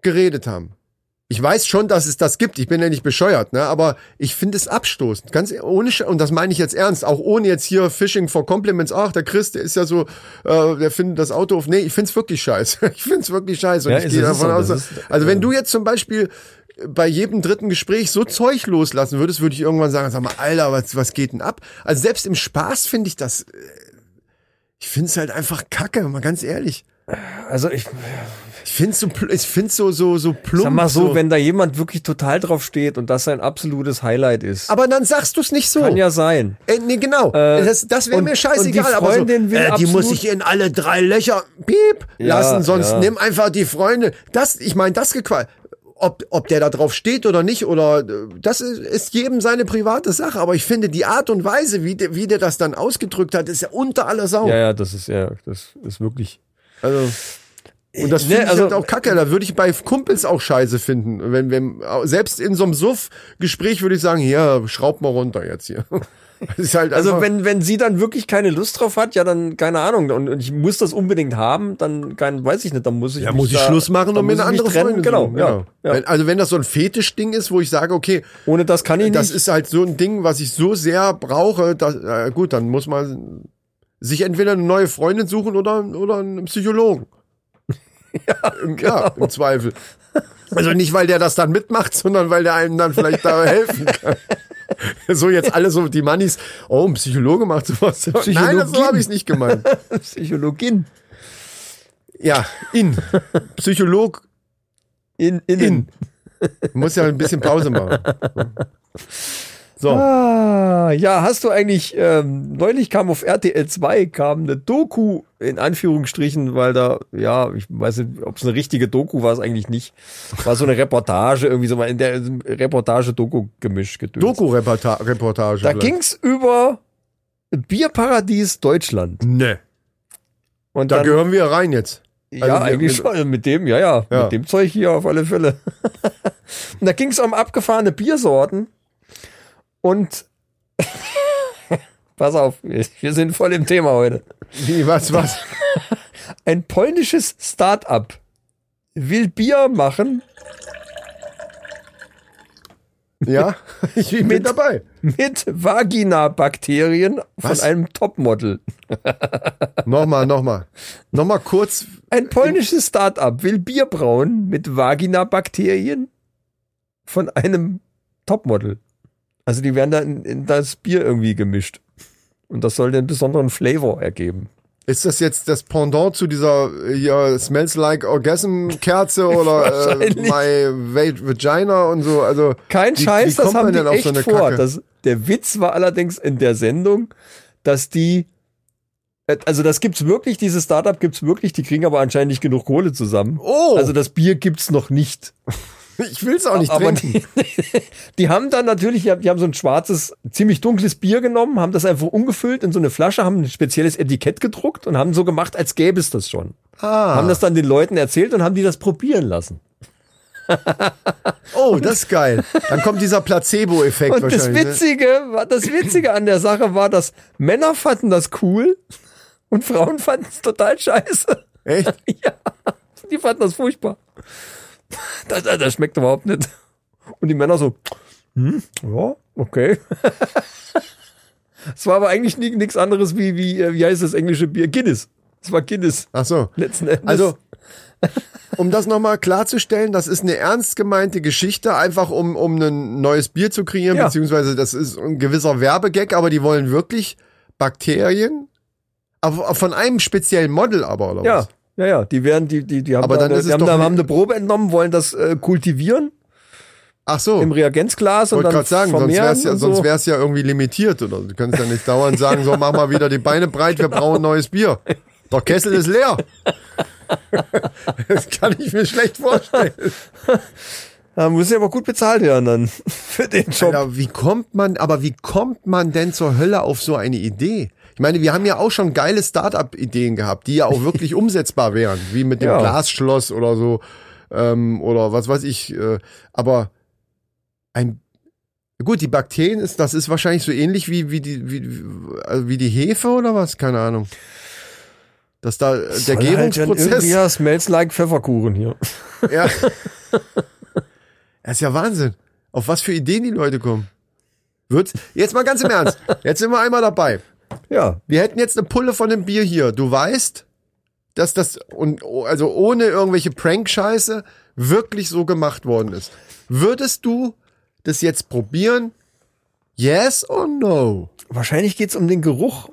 geredet haben. Ich weiß schon, dass es das gibt. Ich bin ja nicht bescheuert, ne? Aber ich finde es abstoßend. Ganz ohne Sch und das meine ich jetzt ernst, auch ohne jetzt hier Fishing for Compliments. Ach, der Chris, der ist ja so, äh, der findet das Auto auf. Nee, ich finde es wirklich scheiße. Ich finde es wirklich scheiße. Und Ja, ich es gehe ist davon so, aus. das dass- ist, äh, also wenn du jetzt zum Beispiel bei jedem dritten Gespräch so Zeug loslassen würdest, würde ich irgendwann sagen, sag mal, Alter, was, was geht denn ab? Also selbst im Spaß finde ich das, äh, ich finde es halt einfach kacke, mal ganz ehrlich. Also ich Ich find's so, pl- ich find's so, so, so plump. sag mal so, wenn da jemand wirklich total drauf steht und das sein absolutes Highlight ist. aber dann sagst du's nicht so. kann ja sein. Äh, nee, genau. das das wäre und- mir scheißegal. und die aber so, Äh, Freundin will die absolut- muss ich in alle drei Löcher piep lassen, sonst ja. nimm einfach die Freundin. Das, ich meine, das gequal. Ob, ob der da drauf steht oder nicht, oder äh, das ist, ist jedem seine private Sache. Aber ich finde, die Art und Weise, wie, der- wie der das dann ausgedrückt hat, ist ja unter aller Sau. Ja, ja, das ist ja, das ist wirklich. Also. Und das Ne, finde ich also- halt auch kacke. Da würde ich bei Kumpels auch scheiße finden. Wenn, wenn, selbst in so einem Suff-Gespräch würde ich sagen, ja, schraub mal runter jetzt hier. Das ist halt Also einfach- wenn, wenn sie dann wirklich keine Lust drauf hat, ja dann keine Ahnung und, und ich muss das unbedingt haben, dann kein, weiß ich nicht, dann muss ich Ja, mich muss ich da, Schluss machen dann und mir muss eine ich mich andere trennen. Freundin Genau, suchen. ja, ja. Wenn, also wenn das so ein Fetischding ist, wo ich sage, okay, Ohne das kann ich das nicht. ist halt so ein Ding, was ich so sehr brauche, dass, äh, gut, dann muss man sich entweder eine neue Freundin suchen oder, oder einen Psychologen. Ja, Im, ja, genau. im Zweifel. Also nicht, weil der das dann mitmacht, sondern weil der einem dann vielleicht dabei helfen kann. So jetzt alle so die Mannis, oh, ein Psychologe macht sowas. Nein, das, so Psychologin. habe ich nicht gemeint. Psychologin. Ja, in. Psycholog In, in, in. Muss ja ein bisschen Pause machen. So. Ah, ja, hast du eigentlich, ähm, neulich kam auf RTL 2 kam eine Doku, in Anführungsstrichen, weil da, ja, ich weiß nicht, ob es eine richtige Doku war, es eigentlich nicht. War so eine Reportage, irgendwie so mal in der Reportage-Doku gemischt gedöst. Doku-Reportage. Da ging's über Bierparadies Deutschland. Ne. Und Da dann, gehören wir rein jetzt. also ja, wir- eigentlich wir- schon, mit dem, ja, ja, Ja. mit dem Zeug hier auf alle Fälle. und da ging's um abgefahrene Biersorten und pass auf, wir wir sind voll im Thema heute. Wie, was, was? Ein polnisches Start-up will Bier machen Ja, ich bin Mit- dabei. mit Vaginabakterien von Was? einem Topmodel. Nochmal, nochmal. Nochmal kurz. Ein polnisches Start-up will Bier brauen mit Vaginabakterien von einem Topmodel. Also die werden da in, in das Bier irgendwie gemischt. Und das soll den besonderen Flavor ergeben. Ist das jetzt das Pendant zu dieser äh, hier, Smells Like Orgasm Kerze oder äh, Wahrscheinlich. My Wait Vagina und so? Also Kein wie- Scheiß, wie das kommt haben man die denn auf echt so eine vor. Kacke? Das, der Witz war allerdings in der Sendung, dass die, äh, also das gibt's wirklich, dieses Startup gibt's wirklich, die kriegen aber anscheinend nicht genug Kohle zusammen. Oh. Also das Bier gibt's noch nicht. Ich will es auch nicht aber trinken. die, die haben dann natürlich, die haben, die haben so ein schwarzes, ziemlich dunkles Bier genommen, haben das einfach umgefüllt in so eine Flasche, haben ein spezielles Etikett gedruckt und haben so gemacht, als gäbe es das schon. Ah. Haben das dann den Leuten erzählt und haben die das probieren lassen. Oh, das ist geil. Dann kommt dieser Placebo-Effekt Und das wahrscheinlich. ne? Witzige, war- das Witzige an der Sache war, dass Männer fanden das cool und Frauen fanden es total scheiße. Echt? Ja, die fanden das furchtbar. Das, das, das schmeckt überhaupt nicht. Und die Männer so, hm, ja, okay. Es war aber eigentlich nie- nichts anderes wie, wie, äh, wie heißt das englische Bier? Guinness. Es war Guinness. Ach so. Letzten Endes. Also, um das nochmal klarzustellen, das ist eine ernst gemeinte Geschichte, einfach um, um ein neues Bier zu kreieren, Ja. beziehungsweise das ist ein gewisser Werbegag, aber die wollen wirklich Bakterien, aber von einem speziellen Model aber, oder ja, was? ja, ja. Die werden, die, die, die haben, Aber da, dann eine, ist es die haben, doch da, haben wie- eine Probe entnommen, wollen das äh, kultivieren Ach so. im Reagenzglas und Wollte dann gerade sagen, sonst vermehren wär's ja, und sonst so. wär's ja irgendwie limitiert oder du kannst ja nicht dauernd sagen, so mach mal wieder die Beine breit, wir brauchen neues Bier. Der Kessel ist leer. Das kann ich mir schlecht vorstellen. Da muss ja aber gut bezahlt werden dann für den Job. Alter, wie kommt man, aber wie kommt man denn zur Hölle auf so eine Idee? Ich meine, wir haben ja auch schon geile Start-up-Ideen gehabt, die ja auch wirklich umsetzbar wären, wie mit dem Ja. Glasschloss oder so, ähm, oder was weiß ich. Äh, aber ein gut, die Bakterien ist, das ist wahrscheinlich so ähnlich wie wie die wie, wie- also wie die Hefe oder was? Keine Ahnung. Dass da äh, der Soll halt dann irgendwie, Gärungsprozess. Ja, smells like Pfefferkuchen hier. ja. Das ist ja Wahnsinn. Auf was für Ideen die Leute kommen. Wird, jetzt mal ganz im Ernst. Jetzt sind wir einmal dabei. Ja, Wir hätten jetzt eine Pulle von dem Bier hier. Du weißt, dass das, und, also ohne irgendwelche Prank-Scheiße, wirklich so gemacht worden ist. Würdest du das jetzt probieren? Yes or no? wahrscheinlich geht's um den Geruch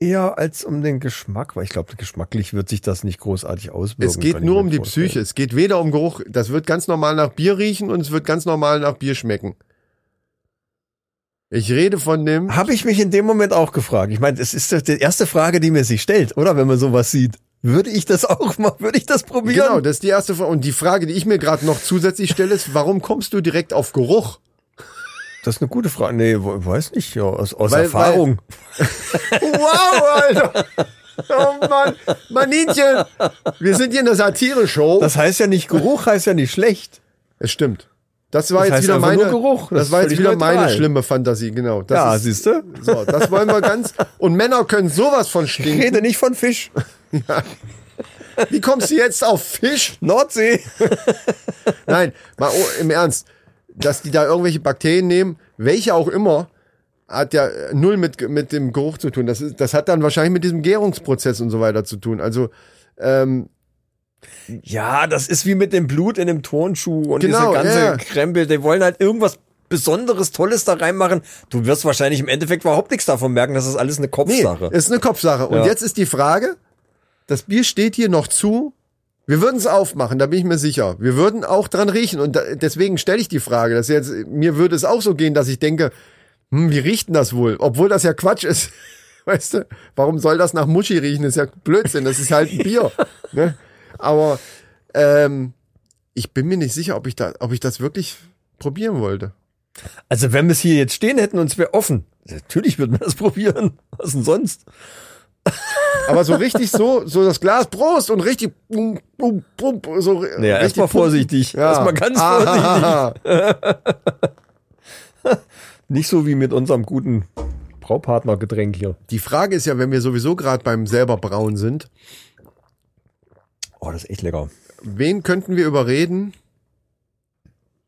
eher als um den Geschmack, weil ich glaube, geschmacklich wird sich das nicht großartig auswirken. Es geht kann ich nur mir um die vorstellen. Psyche. Es geht weder um Geruch. Das wird ganz normal nach Bier riechen und es wird ganz normal nach Bier schmecken. Ich rede von dem Habe ich mich in dem Moment auch gefragt. Ich meine, das ist doch die erste Frage, die mir sich stellt, oder? Wenn man sowas sieht. Würde ich das auch mal, würde ich das probieren? Genau, das ist die erste Frage. Und die Frage, die ich mir gerade noch zusätzlich stelle, ist, warum kommst du direkt auf Geruch? Das ist eine gute Frage. Nee, we- weiß nicht, ja, aus, aus Weil- Erfahrung. Wow, Alter! Oh Mann, Maninchen, wir sind hier in der Satire-Show. das heißt ja nicht, Geruch heißt ja nicht schlecht. Es stimmt. Das war Das heißt jetzt wieder einfach meine, nur Geruch. Das, Das ist war jetzt völlig wieder meine neutral. schlimme Fantasie, genau. Das ja, ist- siehst du? So, das wollen wir ganz. Und Männer können sowas von Ich stinken. rede nicht von Fisch. Wie kommst du jetzt auf Fisch? Nordsee. Nein, mal oh, im Ernst, dass die da irgendwelche Bakterien nehmen, welche auch immer, hat ja äh, null mit, mit dem Geruch zu tun. Das, ist, das hat dann wahrscheinlich mit diesem Gärungsprozess und so weiter zu tun. Also Ja, das ist wie mit dem Blut in dem Turnschuh und Genau, diese ganze ja. Krempel. Die wollen halt irgendwas Besonderes, Tolles da reinmachen. Du wirst wahrscheinlich im Endeffekt überhaupt nichts davon merken. Das ist alles eine Kopfsache. ist eine Kopfsache. Und Ja. jetzt ist die Frage, das Bier steht hier noch zu. Wir würden es aufmachen, da bin ich mir sicher. Wir würden auch dran riechen. Und da, deswegen stelle ich die Frage, dass jetzt, mir würde es auch so gehen, dass ich denke, hm, wie riecht denn das wohl? Obwohl das ja Quatsch ist. Weißt du, warum soll das nach Muschi riechen? Das ist ja Blödsinn, das ist halt ein Bier. ne? Aber ähm, ich bin mir nicht sicher, ob ich, da, ob ich das wirklich probieren wollte. Also wenn wir es hier jetzt stehen hätten und es wäre offen, natürlich würden wir das probieren. Was denn sonst? Aber so richtig so, so das Glas, Prost und richtig bum, bum, bum, so ri- Naja, richtig erstmal pumpen. vorsichtig. Ja. Erstmal ganz vorsichtig. Ah, Nicht so wie mit unserem guten Braupartnergetränk hier. Die Frage ist ja, wenn wir sowieso gerade beim selber brauen sind, Oh, das ist echt lecker. wen könnten wir überreden?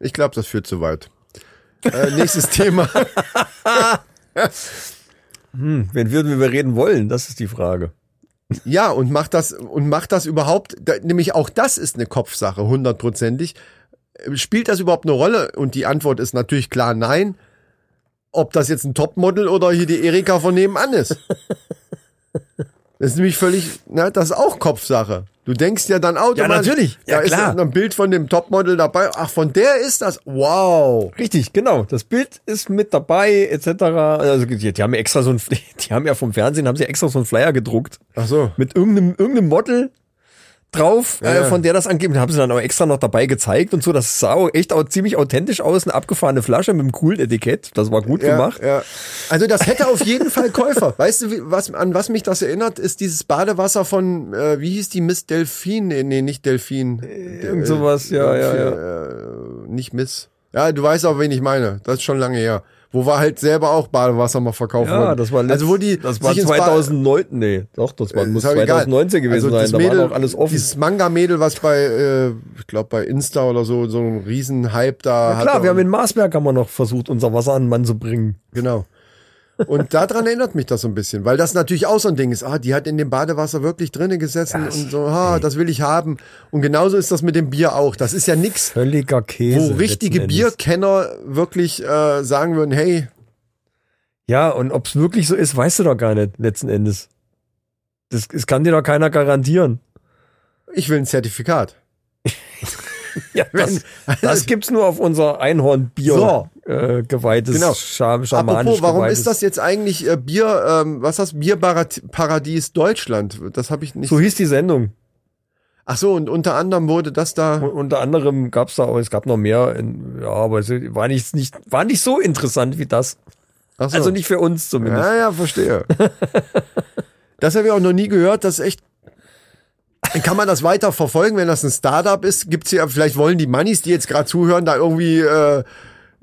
Ich glaube, das führt zu weit. Äh, nächstes Thema. Wen Hm. würden wir reden wollen? Das ist die Frage. Ja, und macht das, und macht das überhaupt, da, nämlich auch das ist eine Kopfsache, hundertprozentig. Spielt das überhaupt eine Rolle? Und die Antwort ist natürlich klar nein. Ob das jetzt ein Topmodel oder hier die Erika von nebenan ist. Das ist nämlich völlig, na, das ist auch Kopfsache. Du denkst ja dann automatisch. natürlich. Ja, Ja, da klar. ist ein Bild von dem Topmodel dabei. Ach, von der ist das. Wow. Richtig, genau. Das Bild ist mit dabei, etc. Also die, die haben extra so ein, die haben ja vom Fernsehen, haben sie extra so einen Flyer gedruckt. Ach so. mit irgendeinem, irgendeinem Model drauf, Ja, äh, ja. von der das angeblich, haben sie dann auch extra noch dabei gezeigt und so, das sah auch echt auch ziemlich authentisch aus, eine abgefahrene Flasche mit einem coolen Etikett, das war gut gemacht. Ja, ja. Also das hätte auf jeden Fall Käufer. Weißt du, wie, was, an was mich das erinnert, ist dieses Badewasser von, äh, wie hieß die Miss Delfin? Nee, nee nicht Delfin. Äh, Irgend sowas, ja, ja, ja. Nicht Miss. Ja, du weißt auch, wen ich meine. Das ist schon lange her. Wo wir halt selber auch Badewasser mal verkaufen Ja, wollten. das war letzt, Also wo die das war sich ins Bad- 2009, nee, doch, das war, muss Ist halt egal. 2019 gewesen also das sein, da Mädel, war noch alles offen. Dieses Manga-Mädel, was bei, äh, ich glaube bei Insta oder so, so einen riesen Hype da hatte. Klar, wir und- haben in Marsberg haben wir noch versucht, unser Wasser an den Mann zu bringen. Genau. Und daran erinnert mich das so ein bisschen, weil das natürlich auch so ein Ding ist. Ah, die hat in dem Badewasser wirklich drinnen gesessen und so, ah, das will ich haben. Und genauso ist das mit dem Bier auch. Das ist ja nix, Völliger wo Käse. richtige letzten Endes. Bierkenner wirklich äh, sagen würden, hey, Ja, und ob es wirklich so ist, weißt du doch gar nicht, letzten Endes. Das, das kann dir doch keiner garantieren. ich will ein Zertifikat. Ja, das, das gibt's nur auf unser Einhornbier So. äh, geweihtes, Genau. genau. scham schamanisch Apropos, warum geweihtes- ist das jetzt eigentlich äh, Bier, ähm, was das Bierparadies Deutschland? Das habe ich nicht. So hieß die Sendung. Ach so, und unter anderem wurde das U- da. Unter anderem gab's da auch, es gab noch mehr, in, ja, aber es war nicht, nicht, war nicht so interessant wie das. Ach so. Also nicht für uns zumindest. Ja, ja, verstehe. das habe ich auch noch nie gehört, das ist echt. Kann man das weiter verfolgen, wenn das ein Startup ist? Gibt's hier, vielleicht wollen die Mannis, die jetzt gerade zuhören, da irgendwie äh,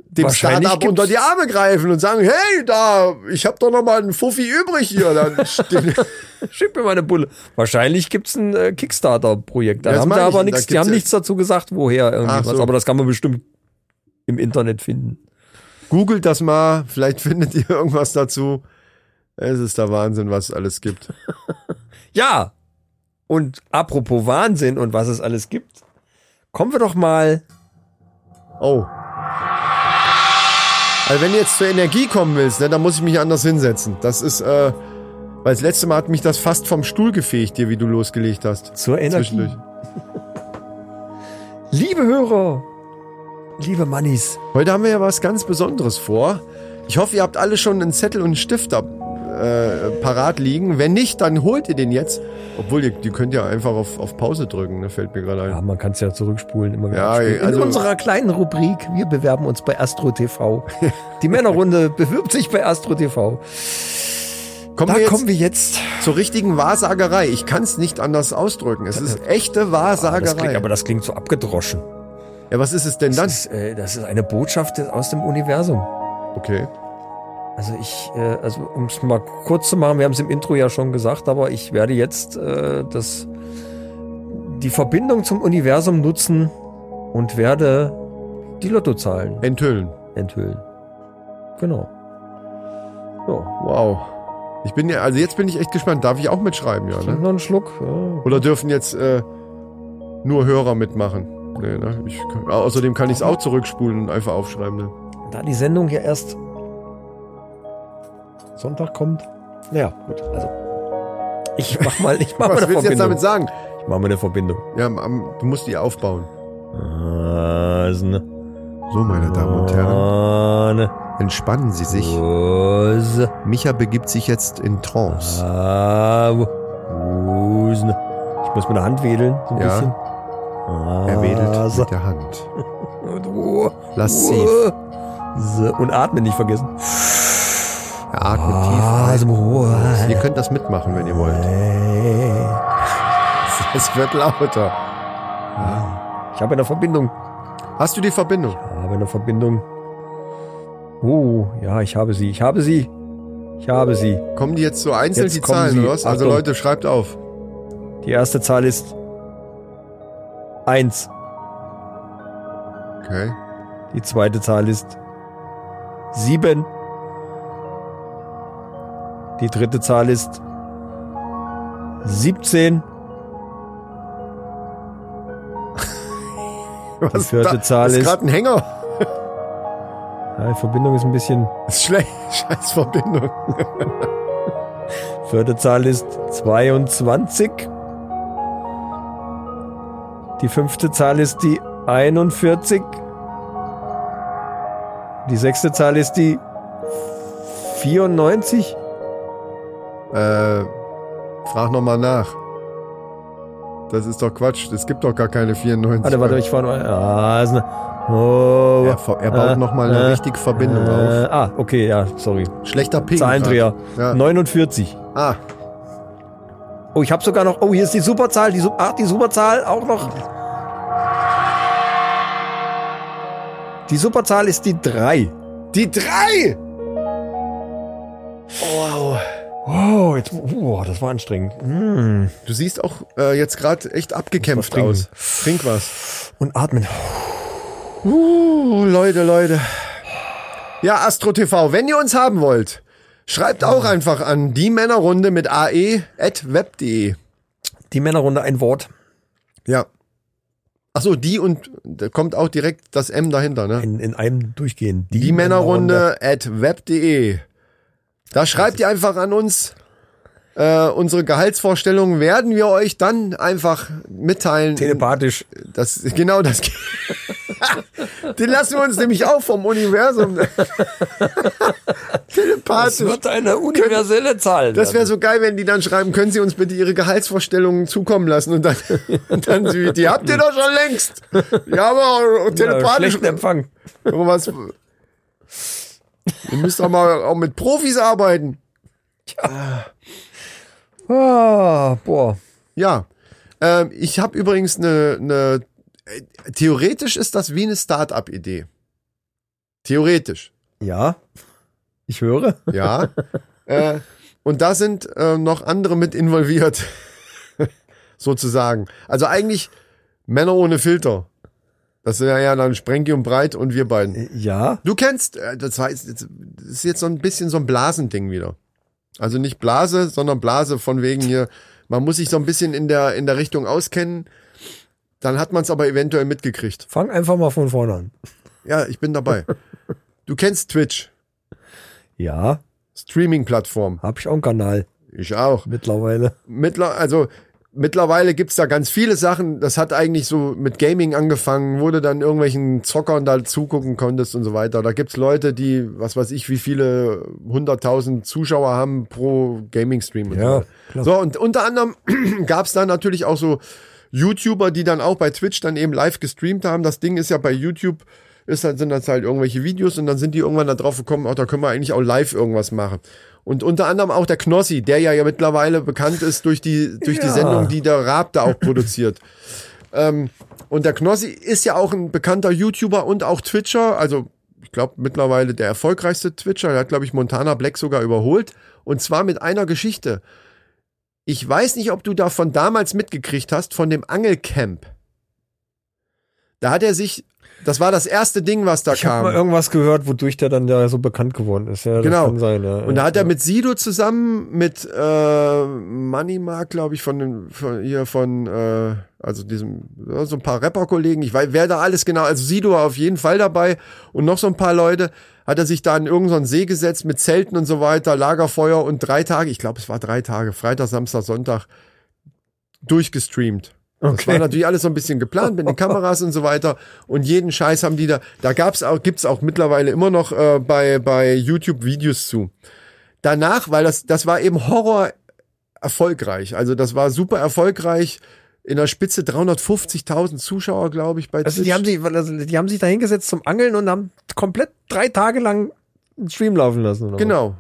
dem Wahrscheinlich Startup gibt's- unter die Arme greifen und sagen, hey, da, ich habe doch noch mal einen Fuffi übrig hier. Dann steht- Schick mir meine Bulle. Wahrscheinlich gibt's ein äh, Kickstarter-Projekt. Da Ja, das haben meine da ich. Da aber nichts, die gibt's haben ja- nichts dazu gesagt, woher Ach irgendwie was. so. Aber das kann man bestimmt im Internet finden. Googelt das mal, vielleicht findet ihr irgendwas dazu. Es ist der Wahnsinn, was es alles gibt. Ja. Und apropos Wahnsinn und was es alles gibt, kommen wir doch mal Oh. Also wenn du jetzt zur Energie kommen willst, ne, dann muss ich mich anders hinsetzen. Das ist, äh, weil das letzte Mal hat mich das fast vom Stuhl gefegt, hier, wie du losgelegt hast. Zur Energie. Zwischendurch. Liebe Hörer, liebe Mannis, Heute haben wir ja was ganz Besonderes vor. Ich hoffe, ihr habt alle schon einen Zettel und einen Stift da, äh, parat liegen. Wenn nicht, dann holt ihr den jetzt. Obwohl, ihr, die könnt ja einfach auf, auf Pause drücken, ne, fällt mir gerade ein. ja, man kann es ja zurückspulen immer wieder. Ja, abspielen. also- In unserer kleinen Rubrik, wir bewerben uns bei Astro TV. Die Männerrunde bewirbt sich bei Astro TV. Kommen Da wir jetzt kommen wir jetzt. zur richtigen Wahrsagerei. Ich kann es nicht anders ausdrücken. Es ist echte Ah, Das Wahrsagerei. klingt, aber das klingt so abgedroschen. ja, was ist es denn dann? Das ist, äh, das ist eine Botschaft des- aus dem Universum. Okay. Also ich, äh, also um es mal kurz zu machen, wir haben es im Intro ja schon gesagt, aber ich werde jetzt äh, das, die Verbindung zum Universum nutzen und werde die Lottozahlen Enthüllen. enthüllen. Genau. So, Wow. Ich bin ja, also jetzt bin ich echt gespannt. Darf ich auch mitschreiben, ja? trink Ne? noch einen Schluck. Ja. Oder dürfen jetzt äh, nur Hörer mitmachen? Nee, ne? ich, kann- außerdem kann ich es auch zurückspulen und einfach aufschreiben. Ne? Da die Sendung ja erst Sonntag kommt. Naja, gut, also. Ich mach mal, ich mach mal Was eine willst du Verbindung. jetzt damit sagen? Ich mach mal eine Verbindung. Ja, am- am- du musst die aufbauen. Ah, ist eine- So, meine Damen und Herren, Ah, eine- entspannen Sie sich. Rose. Micha begibt sich jetzt in Trance. Ah, wo- wo ist denn- Ich muss meine Hand wedeln, so ein Ja. bisschen. Er wedelt Ah, so. mit der Hand. Und wo- Lassiv. wo- so. Und atmen nicht vergessen. Er atmet Ah, so- tief. ah. ein. Ihr könnt das mitmachen, wenn ihr wollt. Es wird lauter. Ich habe eine Verbindung. Hast du die Verbindung? Ich habe eine Verbindung. Oh, ja, ich habe sie. Ich habe sie. Ich habe sie. Kommen die jetzt so einzeln Jetzt die kommen Zahlen, sie. oder was? Also Achtung. Leute, schreibt auf. Die erste Zahl ist eins. Okay. Die zweite Zahl ist sieben. Die dritte Zahl ist 17. Was vierte Zahl ist ist- gerade ein Hänger. Ja, die Verbindung ist ein bisschen. Ist schlecht. Scheiß Verbindung. Vierte Zahl ist 22. Die fünfte Zahl ist die 41. Die sechste Zahl ist die 94. Äh, frag nochmal nach. Das ist doch Quatsch. Es gibt doch gar keine 94. Warte, warte, ich war noch. Ah, ist eine, oh, Er, ver- er baut äh, nochmal eine äh, richtige Verbindung äh, Ah, okay, ja, sorry. auf. Schlechter Ping. Zahlendreher. Ja. 49. Ah, Oh, ich habe sogar noch. Oh, hier ist die Superzahl. Die, Sup- ach, die Superzahl auch noch. Die Superzahl ist die 3. die drei! Oh, jetzt, oh, das war anstrengend. Mm. Du siehst auch äh, jetzt gerade echt abgekämpft Muss was aus. Trink was. Und atmen. Uh, Leute, Leute. Ja, Astro TV, wenn ihr uns haben wollt, schreibt auch einfach an die Männerrunde mit ae at web.de. Die Männerrunde, ein Wort. Ja. Achso, die und da kommt auch direkt das M dahinter, ne? In, in einem durchgehen. Die, Männerrunde at web.de. Da schreibt ihr einfach an uns. Äh, unsere Gehaltsvorstellungen werden wir euch dann einfach mitteilen. Telepathisch. Das, genau das. Den lassen wir uns nämlich auch vom Universum. Telepathisch. eine universelle Zahl. Das wäre so geil, wenn die dann schreiben, können Sie uns bitte Ihre Gehaltsvorstellungen zukommen lassen und dann, und dann sie, die habt ihr doch schon längst. Ja, aber ja, telepathisch. schlechten Empfang. Aber was, ihr müsst doch mal auch mit Profis arbeiten. Ah, boah. Ja. Ähm, ich habe übrigens eine, eine. äh, Theoretisch ist das wie eine Start-up-Idee. Theoretisch, Ja. Ich höre. ja. äh, und da sind äh, noch andere mit involviert. Sozusagen. Also eigentlich Männer ohne Filter. Das sind ja, ja dann Sprengi und Breit und wir beiden. Äh, Ja. Du kennst, äh, das heißt, jetzt- das ist jetzt so ein bisschen so ein Blasending wieder. Also nicht Blase, sondern Blase von wegen hier, man muss sich so ein bisschen in der, in der Richtung auskennen. Dann hat man es aber eventuell mitgekriegt. Fang einfach mal von vorne an. Ja, ich bin dabei. Du kennst Twitch, Ja. Streaming-Plattform. Hab ich auch einen Kanal Ich auch. mittlerweile. Mittler also mittlerweile gibt's da ganz viele Sachen. Das hat eigentlich so mit Gaming angefangen, wo du dann irgendwelchen Zockern da zugucken konntest und so weiter. Da gibt's Leute, die, was weiß ich, wie viele hunderttausend Zuschauer haben pro Gaming-Stream. und Ja, so. weiter. So, und unter anderem gab's da natürlich auch so YouTuber, die dann auch bei Twitch dann eben live gestreamt haben. Das Ding ist ja bei YouTube ist halt, sind das halt irgendwelche Videos und dann sind die irgendwann da drauf gekommen, auch da können wir eigentlich auch live irgendwas machen. Und unter anderem auch der Knossi, der ja, ja mittlerweile bekannt ist durch die, durch die Ja. Sendung, die der Raab da auch produziert. ähm, und der Knossi ist ja auch ein bekannter YouTuber und auch Twitcher, also ich glaube mittlerweile der erfolgreichste Twitcher, der hat glaube ich Montana Black sogar überholt und zwar mit einer Geschichte. Ich weiß nicht, ob du davon damals mitgekriegt hast, von dem Angelcamp. Da hat er sich, das war das erste Ding, was da Ich habe mal kam. irgendwas gehört, wodurch der dann ja so bekannt geworden ist. Ja, das Genau. Kann sein, ja. Und da hat ja. er mit Sido zusammen mit äh, Moneymark, glaube ich, von, den- von hier von äh, also diesem ja, so ein paar Rapper-Kollegen, ich weiß, wer da alles genau, also Sido war auf jeden Fall dabei und noch so ein paar Leute, hat er sich da in irgendeinen See gesetzt mit Zelten und so weiter, Lagerfeuer und drei Tage, ich glaube, es war drei Tage, Freitag, Samstag, Sonntag durchgestreamt. Das Okay. war natürlich alles so ein bisschen geplant mit den Kameras und so weiter. Und jeden Scheiß haben die da. Da gab's auch, gibt's auch mittlerweile immer noch äh, bei, bei YouTube Videos zu. Danach, weil das, das war eben Horror erfolgreich. Also das war super erfolgreich. In der Spitze 350.000 Zuschauer, glaube ich, bei Also die haben sich, also die haben sich da hingesetzt zum Angeln und haben komplett drei Tage lang einen Stream laufen lassen. Oder Genau.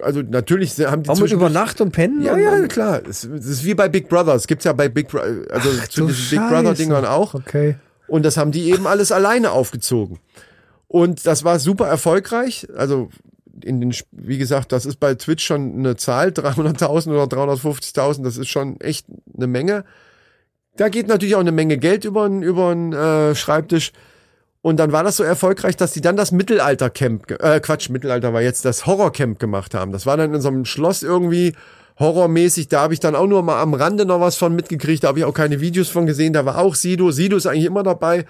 Also natürlich haben die was? Auch mit zwischen- über Nacht und pennen? Ja, und- ja, klar. Es, es ist wie bei Big Brother. Es gibt's ja bei Big Brother, also zu du diesen Big Brother-Dingern Scheiße. auch. Okay. Und das haben die eben alles alleine aufgezogen. Und das war super erfolgreich. Also, in den, Sp- wie gesagt, das ist bei Twitch schon eine Zahl, 300.000 oder 350.000, das ist schon echt eine Menge. Da geht natürlich auch eine Menge Geld über den über den, äh, Schreibtisch. Und dann war das so erfolgreich, dass die dann das Mittelaltercamp, ge- äh, Quatsch, Mittelalter war jetzt das Horrorcamp gemacht haben. Das war dann in so einem Schloss irgendwie horrormäßig. Da habe ich dann auch nur mal am Rande noch was von mitgekriegt. Da habe ich auch keine Videos von gesehen. Da war auch Sido. Sido ist eigentlich immer dabei.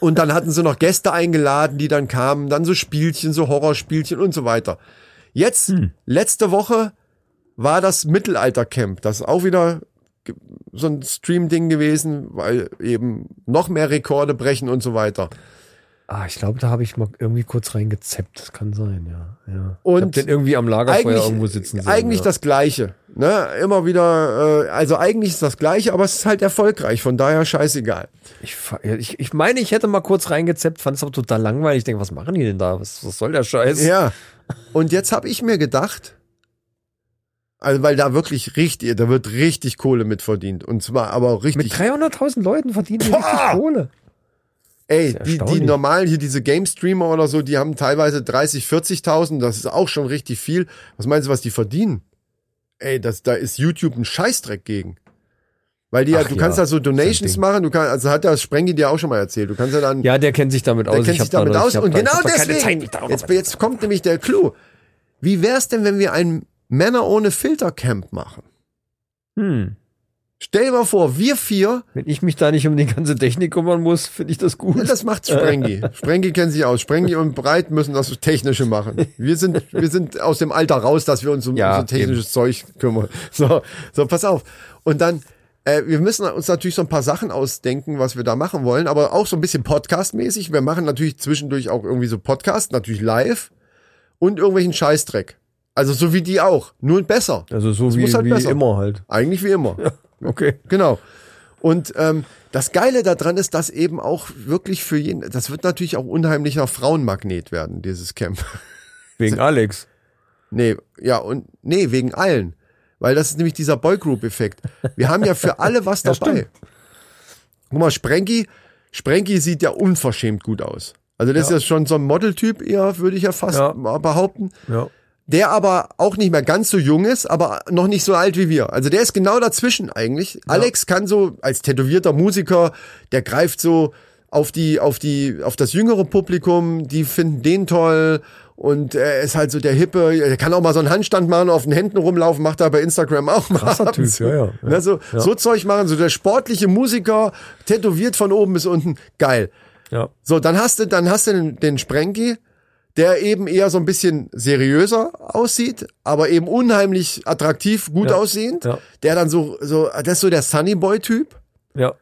Und dann hatten sie noch Gäste eingeladen, die dann kamen. Dann so Spielchen, so Horrorspielchen und so weiter. Jetzt, letzte Woche, war das Mittelaltercamp. Das ist auch wieder ge- so ein Stream-Ding gewesen, weil eben noch mehr Rekorde brechen und so weiter. Ah, ich glaube, da habe ich mal irgendwie kurz reingezeppt. Das kann sein, ja. ja. Und ich hab den irgendwie am Lagerfeuer eigentlich, irgendwo sitzen sehen. Eigentlich ja. das Gleiche. Ne? Immer wieder, äh, also eigentlich ist das Gleiche, aber es ist halt erfolgreich, von daher scheißegal. Ich, fa- ich, ich meine, ich hätte mal kurz reingezeppt, fand es aber total langweilig. Ich denke, was machen die denn da? Was, was soll der Scheiß? Ja. Und jetzt habe ich mir gedacht, also weil da wirklich richtig, da wird richtig Kohle mitverdient. Und zwar aber auch Mit richtig 300.000 Leuten verdienen die richtig Kohle. Ey, Sehr die, die erstaunlich. normalen hier, diese Game-Streamer oder so, die haben teilweise 30, 40.000, das ist auch schon richtig viel. Was meinst du, was die verdienen? Ey, das, da ist YouTube ein Scheißdreck gegen. Weil die ja, Ach du ja, kannst da so Donations Ding. machen, du kannst, also hat das Sprengi dir auch schon mal erzählt, du kannst ja dann, Ja, der kennt sich damit aus. der Ich kennt hab sich damit da- ich aus hab und da- ich genau hab da keine Zeit, deswegen, mich darüber jetzt, jetzt kommt nämlich der Clou. Wie wär's denn, wenn wir ein Männer ohne Filter Camp machen? Hm. Stell dir mal vor, wir vier, Wenn ich mich da nicht um die ganze Technik kümmern muss, finde ich das Ja, gut. Das macht Sprengi. Sprengi kennen sich aus. Sprengi und Breit müssen das Technische machen. Wir sind, wir sind aus dem Alter raus, dass wir uns um, Ja, um so technisches Zeug kümmern. So, so, pass auf. Und dann, äh, wir müssen uns natürlich so ein paar Sachen ausdenken, was wir da machen wollen, aber auch so ein bisschen podcastmäßig. Wir machen natürlich zwischendurch auch irgendwie so Podcast, natürlich live und irgendwelchen Scheißdreck. Also so wie die auch, nur besser. Also so Es wie, muss halt wie besser. immer halt. Eigentlich wie immer. Okay. Genau. Und ähm, das Geile daran ist, dass eben auch wirklich für jeden, das wird natürlich auch unheimlicher Frauenmagnet werden, dieses Camp. Wegen Alex. Nee, ja, und nee, wegen allen. Weil das ist nämlich dieser Boygroup-Effekt. Wir haben ja für alle was dabei. Guck mal, Sprenki, Sprenki sieht ja unverschämt gut aus. Also das ist ja schon so ein Modeltyp eher, würde ich ja fast Ja. mal behaupten. Ja. Der aber auch nicht mehr ganz so jung ist, aber noch nicht so alt wie wir. Also der ist genau dazwischen eigentlich. Alex kann so als tätowierter Musiker, der greift so auf die, auf die, auf das jüngere Publikum, die finden den toll und er ist halt so der Hippe, er kann auch mal so einen Handstand machen, auf den Händen rumlaufen, macht er bei Instagram auch mal. Krasser ab und Typ, zu. ja, ja, ja. Ne, so, so Zeug machen, so der sportliche Musiker, tätowiert von oben bis unten. Geil. Ja. So, dann hast du, dann hast du den, den Sprengi, der eben eher so ein bisschen seriöser aussieht, aber eben unheimlich attraktiv, gut Ja, aussehend. ja. Der dann so, so, das ist so der Sunny Boy Typ. Ja.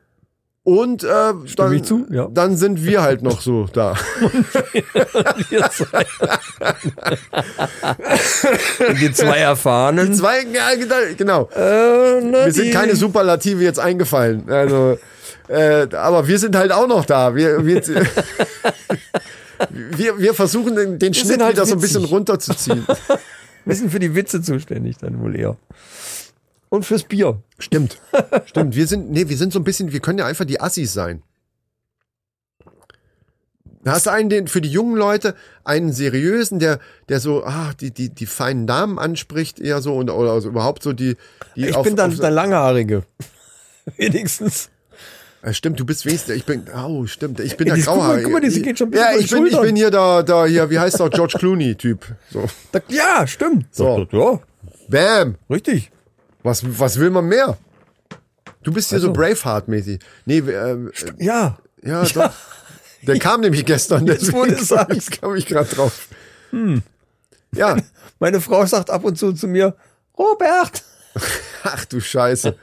Und äh, dann, ich zu, ja. dann sind wir halt noch so da. Und die zwei Die erfahrenen. zwei, ja, genau. äh, ne, Mir sind die- keine Superlative jetzt eingefallen. Also, äh, aber wir sind halt auch noch da. Wir, wir, wir, wir versuchen den, den Schnitt sind halt wieder so ein witzig. bisschen runterzuziehen. Wir sind für die Witze zuständig dann wohl eher. Und fürs Bier. Stimmt. Stimmt. Wir sind, nee, wir sind so ein bisschen, wir können ja einfach die Assis sein. Da hast du einen, den, für die jungen Leute, einen seriösen, der, der so, ah, die, die, die feinen Namen anspricht, eher so, und, oder also überhaupt so die, die Ich auf- bin dann auf- der Langhaarige. Wenigstens. Äh, Stimmt, du bist wenigstens, ich bin, au, stimmt, ich bin der Ey, das- guck mal, Grauhaarige. guck mal, die geht schon ein bisschen ja, über die ich bin, ich Schultern. bin hier da, da, hier, wie heißt der, George Clooney-Typ. So, Da, ja, stimmt. So. Ja, bam, richtig. was, was will man mehr? Du bist hier so Also- Braveheart-mäßig. Nee, äh, Ja. Ja, doch. Der kam nämlich gestern. Jetzt, wo du deswegen sagst. kam ich- kam ich gerade drauf. Hm. Ja, Meine Frau sagt ab und zu zu mir, Robert. ach du Scheiße.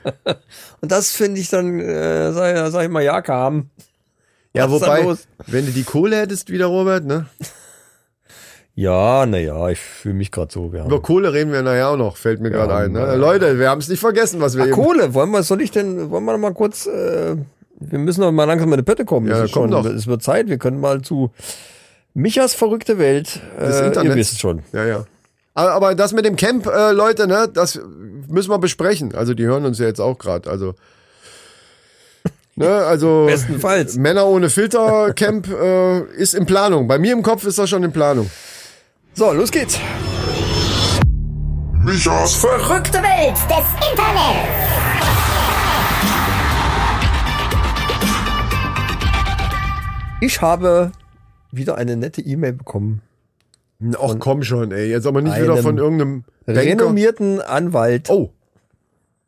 Und das finde ich dann, äh, sag, sag ich mal, ja, kam. Ja, Was ist da wobei, los? wenn du die Kohle hättest wieder, Robert, ne? Ja, naja, ich fühle mich gerade so. Wir haben Über Kohle reden wir nachher auch noch, fällt mir gerade ein. Ne? Leute, wir haben es nicht vergessen, was wir eben... Kohle, wollen wir, soll ich denn, wollen wir noch mal kurz, äh, wir müssen noch mal langsam in die Pötte kommen. Ja, es, ist komm schon, doch. es wird Zeit, wir können mal zu Michas verrückte Welt. Des äh, ihr Internets. wisst es schon. Ja, ja. Aber- Aber das mit dem Camp, äh, Leute, ne, das müssen wir besprechen. Also die hören uns ja jetzt auch gerade. Also, ne, also Bestenfalls. Männer ohne Filter Camp äh, ist in Planung. Bei mir im Kopf ist das schon in Planung. So, los geht's. Michas Verrückte Welt des Internets. Ich habe wieder eine nette E-Mail bekommen. Ach komm schon, ey. Jetzt aber nicht wieder Einem von irgendeinem Banker. Renommierten Anwalt. Oh.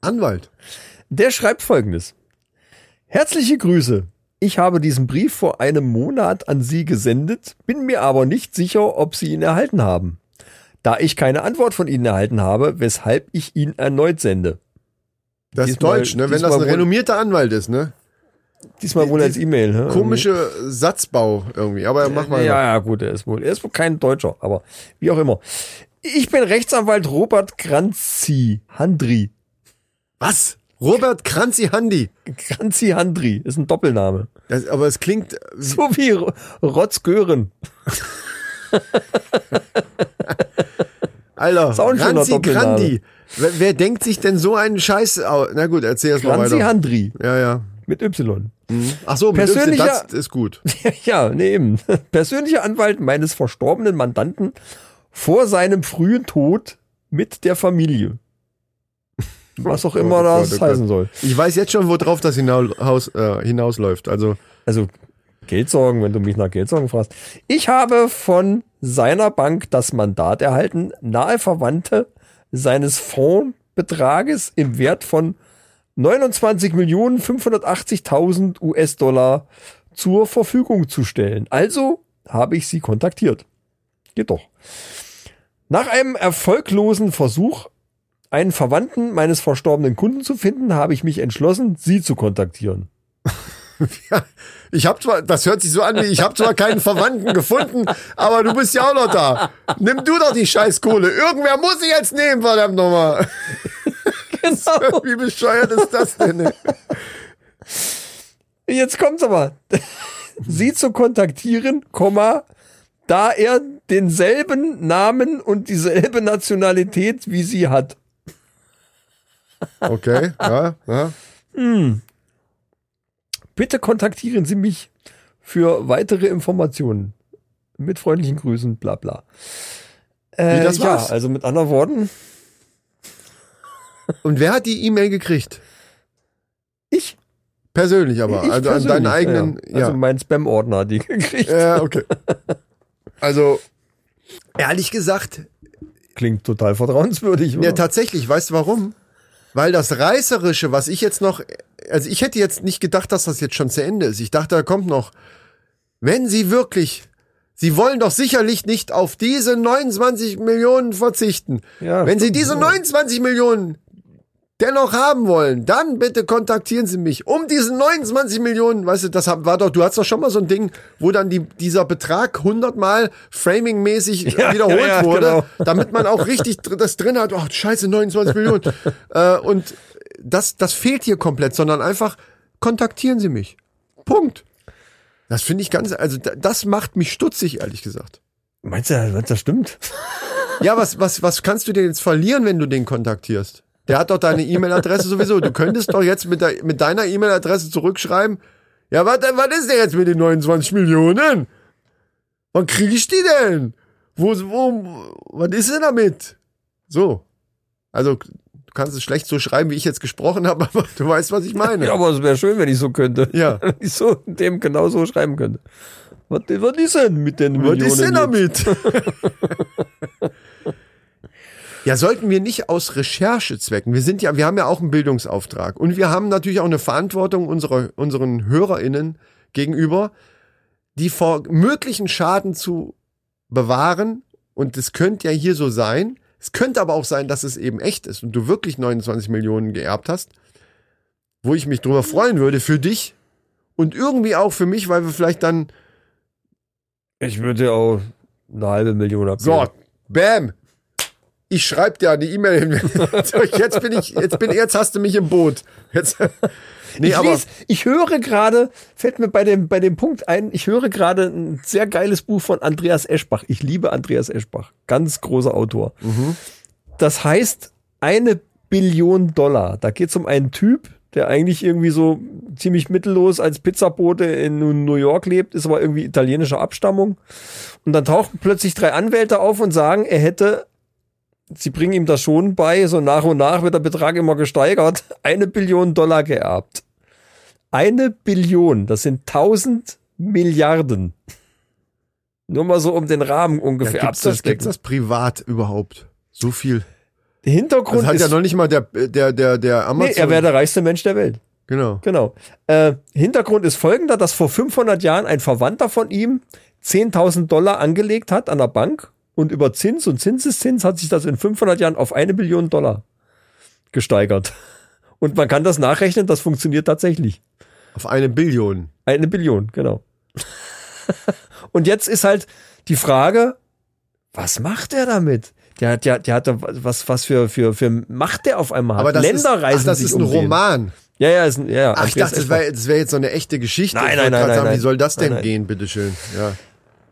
Anwalt. Der schreibt folgendes. Herzliche Grüße. Ich habe diesen Brief vor einem Monat an Sie gesendet, bin mir aber nicht sicher, ob Sie ihn erhalten haben. Da ich keine Antwort von Ihnen erhalten habe, weshalb ich ihn erneut sende. Das ist Diesmal- Deutsch, ne? Wenn das diesmal ein wohl- renommierter Anwalt ist, ne? Diesmal wohl als E-Mail. hä? Komische Satzbau irgendwie. Aber mach mal. Ja, ja, gut, er ist wohl. Er ist wohl kein Deutscher, aber wie auch immer. Ich bin Rechtsanwalt Robert Granzi. Handri. Was? Robert Kranzi Handi. Granzi Handri ist ein Doppelname. Das, aber es klingt. äh, So wie Ro- Rotz Gören. Alter, auch ein schöner Kranzi Doppelname. Grandi. Wer, wer denkt sich denn so einen Scheiß aus? Na gut, erzähl erst mal Granzi weiter. Handri. Ja, ja. Mhm. Mit Y. Ach so, mit Y, Persönlicher- das ist gut. Ja, nee, eben. Persönlicher Anwalt meines verstorbenen Mandanten vor seinem frühen Tod mit der Familie. Was auch immer Oh Gott, das oh Gott. heißen soll. Ich weiß jetzt schon, worauf das hinaus, äh, hinausläuft. Also, Also Geldsorgen, wenn du mich nach Geldsorgen fragst. Ich habe von seiner Bank das Mandat erhalten, nahe Verwandte seines Fondsbetrages im Wert von 29.580.000 US-Dollar zur Verfügung zu stellen. Also habe ich sie kontaktiert. Geht doch. Nach einem erfolglosen Versuch, einen Verwandten meines verstorbenen Kunden zu finden, habe ich mich entschlossen, sie zu kontaktieren. ich habe zwar, das hört sich so an wie, ich habe zwar keinen Verwandten gefunden, aber du bist ja auch noch da. Nimm du doch die Scheißkohle. Irgendwer muss sie jetzt nehmen, verdammt nochmal. Genau. Wie bescheuert ist das denn? ey? Jetzt kommt's aber. Sie zu kontaktieren, Komma, da er denselben Namen und dieselbe Nationalität wie sie hat. Okay, ja, ja. Bitte kontaktieren Sie mich für weitere Informationen. Mit freundlichen Grüßen, bla bla. Äh, Wie, das ja, war's? also mit anderen Worten, Und wer hat die E-Mail gekriegt? ich. Persönlich aber. ich also an deinen persönlich, eigenen. Ja, ja. Also mein Spam-Ordner hat die gekriegt. Ja, okay. Also, ehrlich gesagt, Klingt total vertrauenswürdig. ja, oder? tatsächlich, weißt du warum? Weil das Reißerische, was ich jetzt noch, also ich hätte jetzt nicht gedacht, dass das jetzt schon zu Ende ist. Ich dachte, da kommt noch. Wenn Sie wirklich, Sie wollen doch sicherlich nicht auf diese 29 Millionen verzichten. Ja, Wenn Sie stimmt, diese ja. 29 Millionen dennoch haben wollen, dann bitte kontaktieren Sie mich. Um diese 29 Millionen, weißt du, das hab- war doch, du hast doch schon mal so ein Ding, wo dann die, dieser Betrag hundertmal framing-mäßig Ja, wiederholt ja, ja, wurde, genau. damit man auch richtig dr- das drin hat. Ach, scheiße, 29 Millionen. äh, und das, das fehlt hier komplett, sondern einfach kontaktieren Sie mich. Punkt. Das finde ich ganz, also da- das macht mich stutzig, ehrlich gesagt. Meinst du, meinst du, das stimmt? Ja, was, was, was kannst du denn jetzt verlieren, wenn du den kontaktierst? Der hat doch deine E-Mail-Adresse sowieso. Du könntest doch jetzt mit, der, mit deiner E-Mail-Adresse zurückschreiben. Ja, was was ist denn jetzt mit den 29 Millionen? Wann krieg ich die denn? Wo, wo, was ist denn damit? So. Also, du kannst es schlecht so schreiben, wie ich jetzt gesprochen habe, aber du weißt, was ich meine. Ja, aber es wäre schön, wenn ich so könnte. Ja. Wenn ich so dem genau so schreiben könnte. Was, was ist denn mit den Was Millionen? ist denn jetzt? damit? ja, sollten wir nicht aus Recherchezwecken, wir sind ja, wir haben ja auch einen Bildungsauftrag und wir haben natürlich auch eine Verantwortung unserer, unseren HörerInnen gegenüber, die vor möglichen Schaden zu bewahren und es könnte ja hier so sein, es könnte aber auch sein, dass es eben echt ist und du wirklich 29 Millionen geerbt hast, wo ich mich drüber freuen würde für dich und irgendwie auch für mich, weil wir vielleicht dann Ich würde auch eine halbe Million abgeben. So, bam. Ich schreibe dir eine E-Mail hin. So, jetzt bin ich, jetzt bin, jetzt hast du mich im Boot. Jetzt. Nee, ich, aber lese, ich höre gerade, fällt mir bei dem, bei dem Punkt ein, ich höre gerade ein sehr geiles Buch von Andreas Eschbach. Ich liebe Andreas Eschbach. Ganz großer Autor. Mhm. Das heißt, eine Billion Dollar. Da geht es um einen Typ, der eigentlich irgendwie so ziemlich mittellos als Pizzabote in New York lebt, ist aber irgendwie italienischer Abstammung. Und dann tauchen plötzlich drei Anwälte auf und sagen, er hätte sie bringen ihm das schon bei, so nach und nach wird der Betrag immer gesteigert, eine Billion Dollar geerbt. Eine Billion, das sind 1000 Milliarden. Nur mal so um den Rahmen Ja, ungefähr gibt's das, abzustecken. gibt's das privat überhaupt? So viel. Der Hintergrund Das hat ist, ja noch nicht mal der, der, der, der Amazon. nee, er wäre der reichste Mensch der Welt. genau. Genau. Äh, Hintergrund ist folgender, dass vor 500 Jahren ein Verwandter von ihm 10.000 Dollar angelegt hat an der Bank und über Zins und Zinseszins hat sich das in 500 Jahren auf eine Billion Dollar gesteigert. Und man kann das nachrechnen, das funktioniert tatsächlich. Auf eine Billion. Eine Billion, genau. und jetzt ist halt die Frage, was macht er damit? Der hat ja, der hatte was, was für, für, für Macht der auf einmal Aber hat. das Länder ist, reisen ach, das sich ist ein um den. Roman. Ja, ja, ist ein, ja, ja. Ach, ich Andreas dachte, das Eschbach. wäre jetzt wär jetzt so eine echte Geschichte. Nein, Ich nein, wollte nein, gerade nein, sagen, nein. Wie soll das denn Nein, nein. gehen, bitteschön? Ja.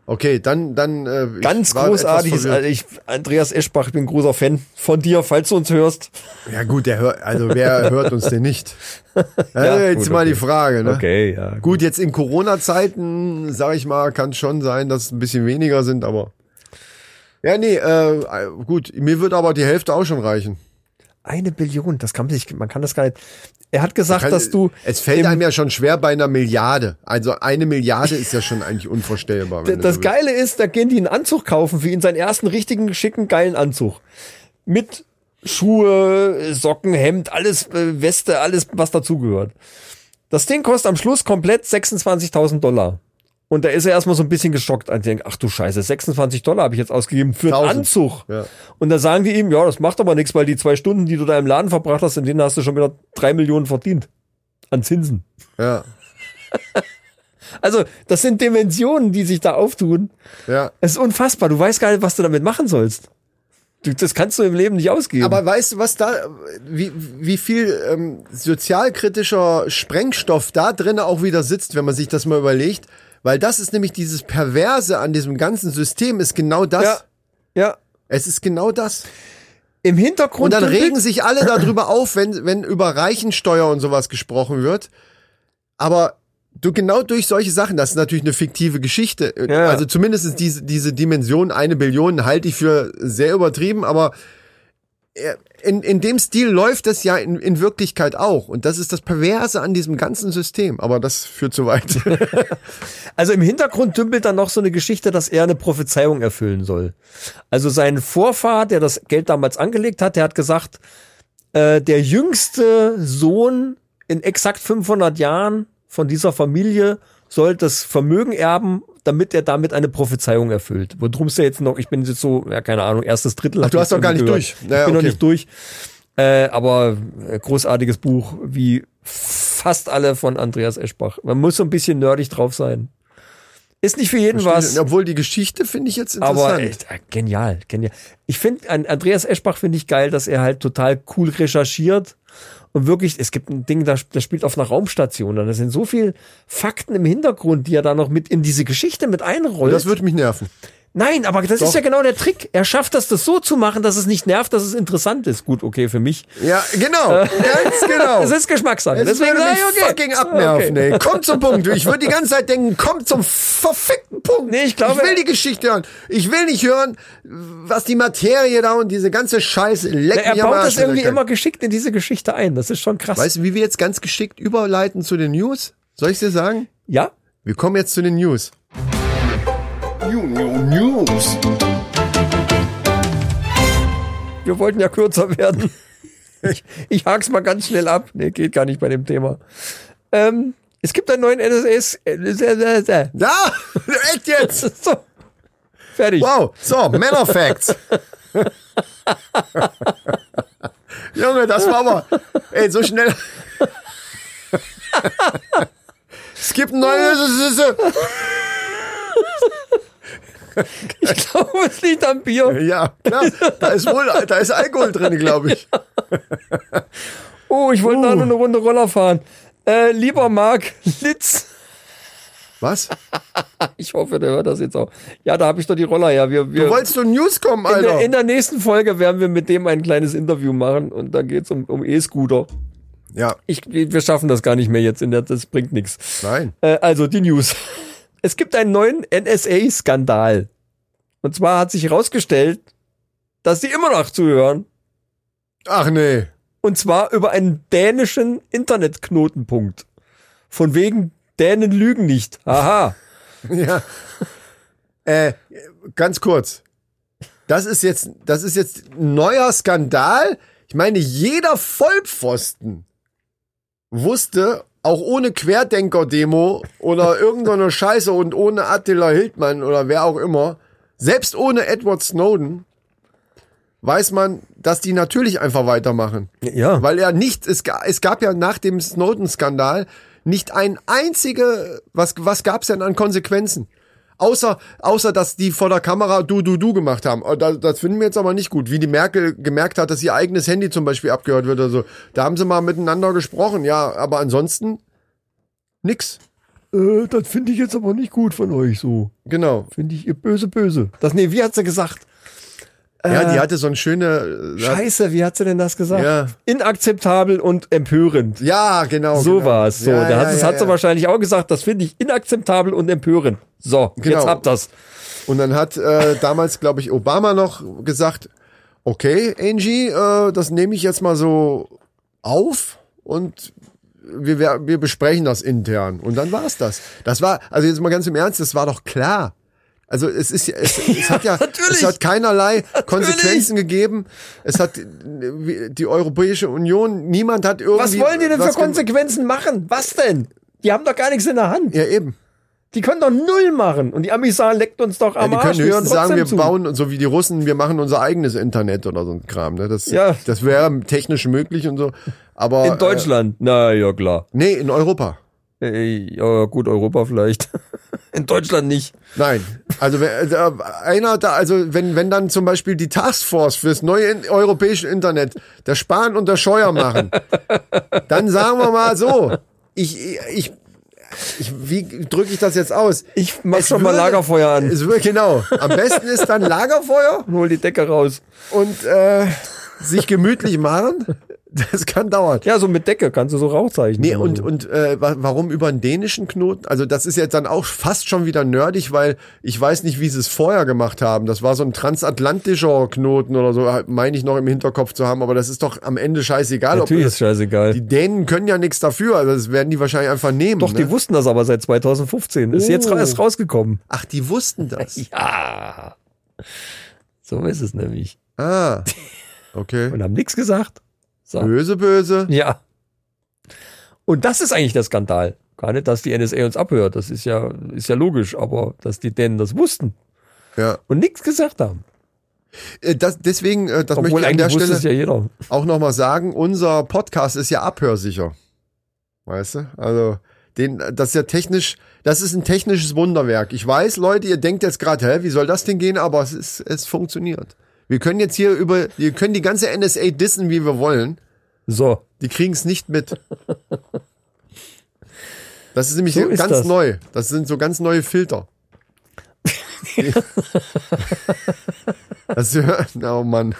Okay, dann, dann. Äh, ich Ganz war etwas großartiges. verwirrt. Also ich, Andreas Eschbach, ich bin ein großer Fan von dir, falls du uns hörst. Ja gut, der hört, also wer hört uns denn nicht? ja, Ja, jetzt gut, mal okay. die Frage. Ne? ja. Gut. Gut, jetzt in Corona-Zeiten, sage ich mal, kann es schon sein, dass es ein bisschen weniger sind, aber. Ja, nee, äh, gut, mir wird aber die Hälfte auch schon reichen. Eine Billion, das kann man sich, man kann das gar nicht. Er hat gesagt, Kann- dass du. es fällt im- einem ja schon schwer bei einer Milliarde. Also eine Milliarde ist ja schon eigentlich unvorstellbar. wenn du Das so willst. Geile ist, da gehen die einen Anzug kaufen für ihn, seinen ersten richtigen, schicken, geilen Anzug. Mit Schuhe, Socken, Hemd, alles, äh, Weste, alles, was dazugehört. Das Ding kostet am Schluss komplett 26.000 Dollar. Und da ist er erstmal so ein bisschen geschockt und denkt, ach du Scheiße, 26 Dollar habe ich jetzt ausgegeben für 1000. einen Anzug. Ja. Und da sagen die ihm, ja, das macht aber nichts, weil die zwei Stunden, die du da im Laden verbracht hast, in denen hast du schon wieder drei Millionen verdient. An Zinsen. Ja, Also, das sind Dimensionen, die sich da auftun. ja. Es ist unfassbar. Du weißt gar nicht, was du damit machen sollst. Du, das kannst du im Leben nicht ausgeben. Aber weißt du, was da, wie, wie viel ähm, sozialkritischer Sprengstoff da drin auch wieder sitzt, wenn man sich das mal überlegt? Weil das ist nämlich dieses Perverse an diesem ganzen System, ist genau das. ja, ja. Es ist genau das. Im Hintergrund. Und dann dümpelt- regen sich alle darüber auf, wenn, wenn über Reichensteuer und sowas gesprochen wird. Aber du genau durch solche Sachen, das ist natürlich eine fiktive Geschichte. Ja. Also zumindest ist diese, diese Dimension eine Billion halte ich für sehr übertrieben, aber in, in dem Stil läuft das ja in, in Wirklichkeit auch. Und das ist das Perverse an diesem ganzen System. Aber das führt zu weit. Also im Hintergrund dümpelt dann noch so eine Geschichte, dass er eine Prophezeiung erfüllen soll. Also sein Vorfahr, der das Geld damals angelegt hat, der hat gesagt, äh, der jüngste Sohn in exakt 500 Jahren von dieser Familie soll das Vermögen erben, damit er damit eine Prophezeiung erfüllt. Worum es ja jetzt noch, ich bin jetzt so, ja keine Ahnung, erstes Drittel. Ach, du hab hast ich doch gar irgendwie nicht gehört. durch. Naja, ich bin okay. noch nicht durch. Äh, aber äh, großartiges Buch, wie fast alle von Andreas Eschbach. Man muss so ein bisschen nerdig drauf sein. Ist nicht für jeden was, Obwohl die Geschichte finde ich jetzt interessant. aber echt, äh, genial, genial. Ich finde, an Andreas Eschbach finde ich geil, dass er halt total cool recherchiert und wirklich, es gibt ein Ding, das, das spielt auf einer Raumstation und da sind so viel Fakten im Hintergrund, die er da noch mit in diese Geschichte mit einrollt. das würde mich nerven. Nein, aber das Doch. ist ja genau der Trick. Er schafft das, das so zu machen, dass es nicht nervt, dass es interessant ist. Gut, okay, für mich. Ja, genau. Ganz genau. Es ist Geschmackssache. Es Deswegen würde sag mich ich, okay. fucking abnerven, Okay. ey. Komm zum Punkt. Ich würde die ganze Zeit denken, komm zum verfickten Punkt. Nee, ich glaube- ich will die Geschichte hören. Ich will nicht hören, was die Materie da und diese ganze Scheiße leck Na, Er mich am baut Arsch, das irgendwie Alter. immer geschickt in diese Geschichte ein. Das ist schon krass. Weißt du, wie wir jetzt ganz geschickt überleiten zu den News? Soll ich dir sagen? ja? Wir kommen jetzt zu den News. Wir wollten ja kürzer werden. Ich, ich hak's mal ganz schnell ab. Nee, geht gar nicht bei dem Thema. Ähm, es gibt einen neuen NSS. Da! Echt jetzt! So. Fertig. Wow, so, Männer Facts. Junge, das war aber. Ey, so schnell. es gibt Oh. neue. Ich glaube, es liegt am Bier. Ja, klar. Da ist wohl, da ist Alkohol drin, glaube ich. Oh, ich wollte da nur eine Runde Roller fahren. Äh, lieber Marc Litz. Was? Ich hoffe, der hört das jetzt auch. Ja, da habe ich doch die Roller her. Wir, wir, Du wolltest zu News kommen, in, Alter. der, in der nächsten Folge werden wir mit dem ein kleines Interview machen und da geht's um, um E-Scooter. ja, Ich, wir schaffen das gar nicht mehr jetzt, in der, das bringt nichts. nein. Äh, also die News. Es gibt einen neuen NSA-Skandal. Und zwar hat sich herausgestellt, dass die immer noch zuhören. Ach nee. Und zwar über einen dänischen Internetknotenpunkt. Von wegen Dänen lügen nicht. Aha. Ja. Äh, ganz kurz. Das ist jetzt, das ist jetzt ein neuer Skandal. Ich meine, jeder Vollpfosten wusste, auch ohne Querdenker-Demo oder irgendeine Scheiße und ohne Attila Hildmann oder wer auch immer, selbst ohne Edward Snowden, weiß man, dass die natürlich einfach weitermachen. Ja. Weil ja nicht, es, ga- es gab ja nach dem Snowden-Skandal nicht ein einzige, was, was gab's denn an Konsequenzen? Außer, außer, dass die vor der Kamera du, du, du gemacht haben. Oh, Das, das finden wir jetzt aber nicht gut. Wie die Merkel gemerkt hat, dass ihr eigenes Handy zum Beispiel abgehört wird oder so. Da haben sie mal miteinander gesprochen, ja. Aber ansonsten nix. Äh, das finde ich jetzt aber nicht gut von euch so. Genau. Finde ich ihr böse, böse. Das, nee, wie hat sie gesagt? ja, Äh, die hatte so ein schöne. äh, Scheiße, wie hat sie denn das gesagt? Ja. Inakzeptabel und empörend. Ja, genau. So genau. war es. So, Ja, da hat, ja, es- ja, hat sie ja. wahrscheinlich auch gesagt, das finde ich inakzeptabel und empörend. So, Genau. jetzt habt das. Und dann hat äh, damals, glaube ich, Obama noch gesagt, okay, Angie, äh, das nehme ich jetzt mal so auf und wir, wer- wir besprechen das intern. Und dann war es das. Das war, also jetzt mal ganz im Ernst, das war doch klar. Also es ist ja- es, es hat ja es hat keinerlei Konsequenzen gegeben. Es hat äh, wie- die Europäische Union, niemand hat irgendwie Was wollen die denn für was gem- Konsequenzen machen? Was denn? Die haben doch gar nichts in der Hand. Ja, eben. Die können doch null machen. Und die Amis sagen, leckt uns doch Ja, am die Arsch. können wir hören höchstens sagen, trotzdem wir zu. bauen, so wie die Russen, wir machen unser eigenes Internet oder so ein Kram. Ne? Das, Ja. das wäre technisch möglich und so. Aber, In Deutschland. Na ja, klar. Äh, nee, in Europa. Ey, ja, gut, Europa vielleicht. In Deutschland nicht. Nein. Also wer- äh, einer da, also wenn, wenn dann zum Beispiel die Taskforce fürs neue in, europäische Internet der Spahn und der Scheuer machen, dann sagen wir mal so, ich, ich, ich wie drücke ich das jetzt aus? Ich mach Es schon mal würde- Lagerfeuer an. Es wür- genau. Am besten ist dann Lagerfeuer Hol die Decke raus. und äh, sich gemütlich machen, das kann dauern. Ja, so mit Decke kannst du so Rauchzeichen. Nee, machen. und, und äh, wa- warum über einen dänischen Knoten? Also das ist jetzt dann auch fast schon wieder nerdig, weil ich weiß nicht, wie sie es vorher gemacht haben. Das war so ein transatlantischer Knoten oder so, halt, meine ich noch im Hinterkopf zu haben, aber das ist doch am Ende scheißegal. Natürlich ob, ist scheißegal. die Dänen können ja nichts dafür, also das werden die wahrscheinlich einfach nehmen. Doch, die ne? wussten das aber seit 2015. Ist jetzt ra- ist rausgekommen. Ach, die wussten das. Ja. So ist es nämlich. Ah, okay. Und haben nichts gesagt. So. Böse, böse. Ja. Und das ist eigentlich der Skandal. Gar nicht, dass die NSA uns abhört. Das ist ja, ist ja logisch. Aber dass die Dänen das wussten Ja. und nichts gesagt haben. Äh, Das, deswegen, äh, das Obwohl möchte ich an eigentlich der wusste Stelle... es ja jeder. auch nochmal sagen, unser Podcast ist ja abhörsicher. Weißt du? Also, den, das ist ja technisch, das ist ein technisches Wunderwerk. Ich weiß, Leute, ihr denkt jetzt gerade, hä, wie soll das denn gehen? Aber es ist, es funktioniert. Wir können jetzt hier über, wir können die ganze NSA dissen, wie wir wollen. So. Die kriegen es nicht mit. Das ist nämlich So ist ganz das. neu. Das sind so ganz neue Filter. das, oh Mann.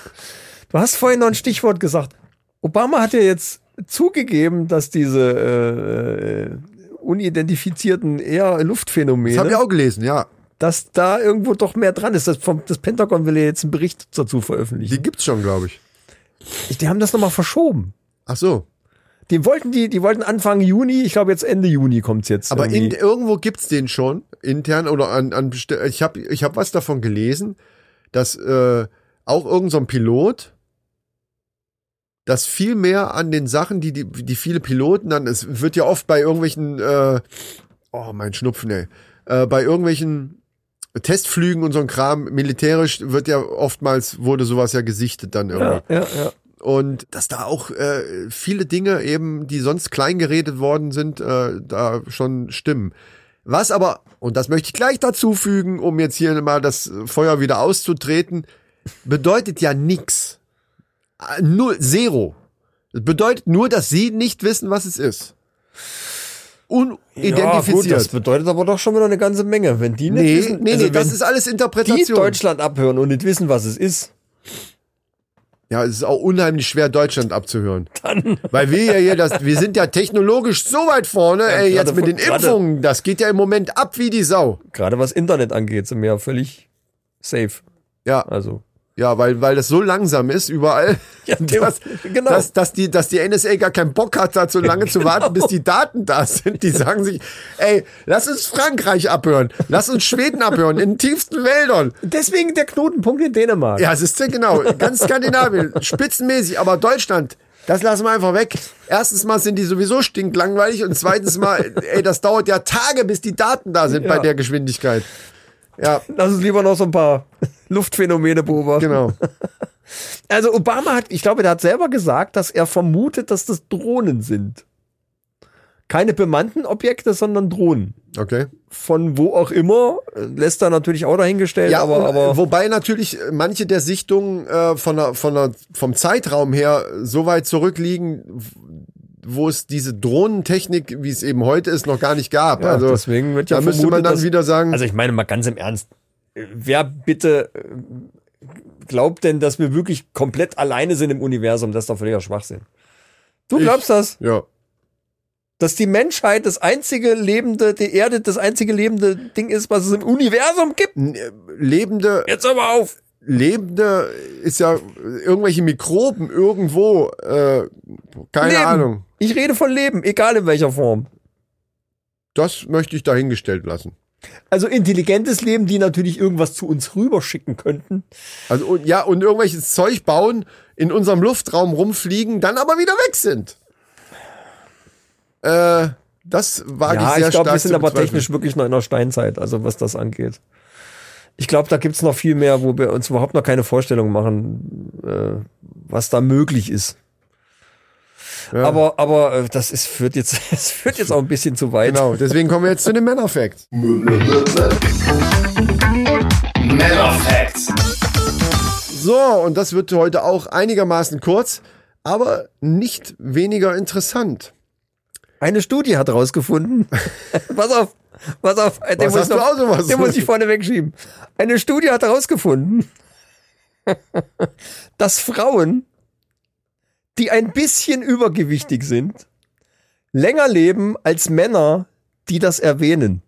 Du hast vorhin noch ein Stichwort gesagt. Obama hat ja jetzt zugegeben, dass diese äh, unidentifizierten eher Das habe Luftphänomene, ich auch gelesen, ja. dass da irgendwo doch mehr dran ist. Das, vom, das Pentagon will ja jetzt einen Bericht dazu veröffentlichen. Die gibt's schon, glaube ich. Die, die haben das nochmal verschoben. Ach so. Die wollten die, die wollten Anfang Juni, ich glaube jetzt Ende Juni kommt's jetzt. Aber in, irgendwie. irgendwo gibt's den schon, intern oder an, an besti- ich habe ich hab was davon gelesen, dass äh, auch irgendein so ein Pilot, dass viel mehr an den Sachen, die, die, die viele Piloten dann, es wird ja oft bei irgendwelchen, äh, oh mein Schnupfen, ey, äh, bei irgendwelchen Testflügen und so ein Kram, militärisch wird ja oftmals, wurde sowas ja gesichtet dann irgendwie ja, ja, ja. und dass da auch äh, viele Dinge eben, die sonst klein geredet worden sind, äh, da schon stimmen. Was aber, und das möchte ich gleich dazu fügen, um jetzt hier mal das Feuer wieder auszutreten, bedeutet ja nix. Äh, Null, zero. Es bedeutet nur, dass sie nicht wissen, was es ist. Ja, gut, das Unidentifiziert. bedeutet aber doch schon wieder eine ganze Menge. Wenn die nicht nee, wissen, nee, also nee, das wenn ist alles die Interpretation. Deutschland abhören und nicht wissen, was es ist. Ja, es ist auch unheimlich schwer, Deutschland abzuhören. Weil wir ja hier, das, wir sind ja technologisch so weit vorne, ey, gerade jetzt mit von- den gerade- Impfungen, das geht ja im Moment ab wie die Sau. Gerade was Internet angeht, sind wir ja völlig safe. Ja, Also Ja, weil, weil das so langsam ist überall, Ja, dass, genau. dass, dass, die, dass die NSA gar keinen Bock hat, da so lange zu warten, genau. bis die Daten da sind. Die sagen sich, ey, lass uns Frankreich abhören, lass uns Schweden abhören, in den tiefsten Wäldern. Deswegen der Knotenpunkt in Dänemark. Ja, es ist sehr genau, ganz Skandinavien, spitzenmäßig, aber Deutschland, das lassen wir einfach weg. Erstens mal sind die sowieso stinklangweilig und zweitens mal, ey, das dauert ja Tage, bis die Daten da sind bei Ja. der Geschwindigkeit. Ja, Lass uns lieber noch so ein paar Luftphänomene beobachten. genau. Also Obama hat, ich glaube, der hat selber gesagt, dass er vermutet, dass das Drohnen sind. Keine bemannten Objekte, sondern Drohnen. Okay. Von wo auch immer, äh, lässt er natürlich auch dahingestellt, Ja, äh, aber, und, aber wobei natürlich manche der Sichtungen äh, von der, von der, vom Zeitraum her so weit zurückliegen, wo es diese Drohnentechnik, wie es eben heute ist, noch gar nicht gab. Ja, also deswegen wird ja da müsste man vermutet, dann dass- wieder sagen, Also ich meine mal ganz im Ernst, äh, wer bitte äh, glaubt denn, dass wir wirklich komplett alleine sind im Universum? Das ist doch völliger Schwachsinn. Du glaubst das, ja, dass die Menschheit das einzige lebende, die Erde das einzige lebende Ding ist, was es im Universum gibt? äh, lebende, Jetzt aber auf! lebende ist ja irgendwelche Mikroben irgendwo, äh, keine Leben. Ahnung. Ich rede von Leben, egal in welcher Form. Das möchte ich dahingestellt lassen. Also intelligentes Leben, die natürlich irgendwas zu uns rüberschicken könnten. Also und, ja und irgendwelches Zeug bauen, in unserem Luftraum rumfliegen, dann aber wieder weg sind. Äh, das wage ich ja, sehr ich glaube, stark wir sind zu aber bezweifeln. technisch wirklich noch in der Steinzeit, also was das angeht. Ich glaube, da gibt's noch viel mehr, wo wir uns überhaupt noch keine Vorstellung machen, äh, was da möglich ist. Aber, aber äh, das ist, führt jetzt, es führt jetzt auch ein bisschen zu weit. Genau, deswegen kommen wir jetzt zu den Männerfacts. Männer Facts. So, und das wird heute auch einigermaßen kurz, aber nicht weniger interessant. Eine Studie hat rausgefunden. pass auf, pass auf, den, Was muss, hast ich du auch sowas? den muss ich vorne wegschieben. Eine Studie hat rausgefunden, dass Frauen, die ein bisschen übergewichtig sind, länger leben als Männer, die das erwähnen.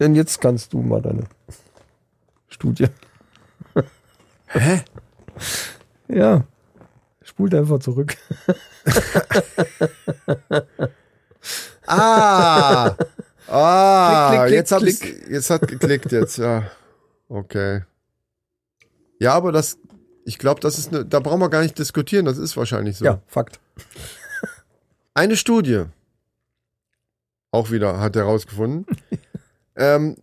Denn jetzt kannst du mal deine Studie. Hä? Ja. Spult einfach zurück. Ah, Klick, ah, klick, jetzt hat klick. jetzt hat geklickt jetzt, ja. Okay. Ja, aber das, ich glaube, das ist, ne, da brauchen wir gar nicht diskutieren. Das ist wahrscheinlich so. Ja, Fakt. Eine Studie, auch wieder hat er rausgefunden, ähm,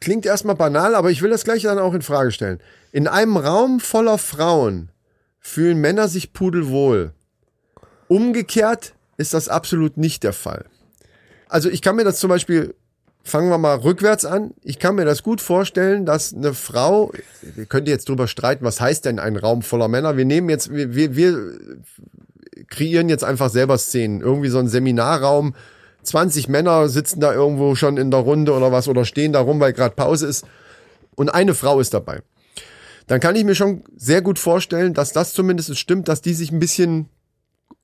klingt erstmal banal, aber ich will das gleich dann auch in Frage stellen. In einem Raum voller Frauen fühlen Männer sich pudelwohl. Umgekehrt ist das absolut nicht der Fall. Also ich kann mir das zum Beispiel, fangen wir mal rückwärts an, ich kann mir das gut vorstellen, dass eine Frau, wir könnten jetzt drüber streiten, was heißt denn ein Raum voller Männer? Wir nehmen jetzt, wir, wir, wir kreieren jetzt einfach selber Szenen. Irgendwie so ein Seminarraum. 20 Männer sitzen da irgendwo schon in der Runde oder was oder stehen da rum, weil gerade Pause ist. Und eine Frau ist dabei. Dann kann ich mir schon sehr gut vorstellen, dass das zumindest stimmt, dass die sich ein bisschen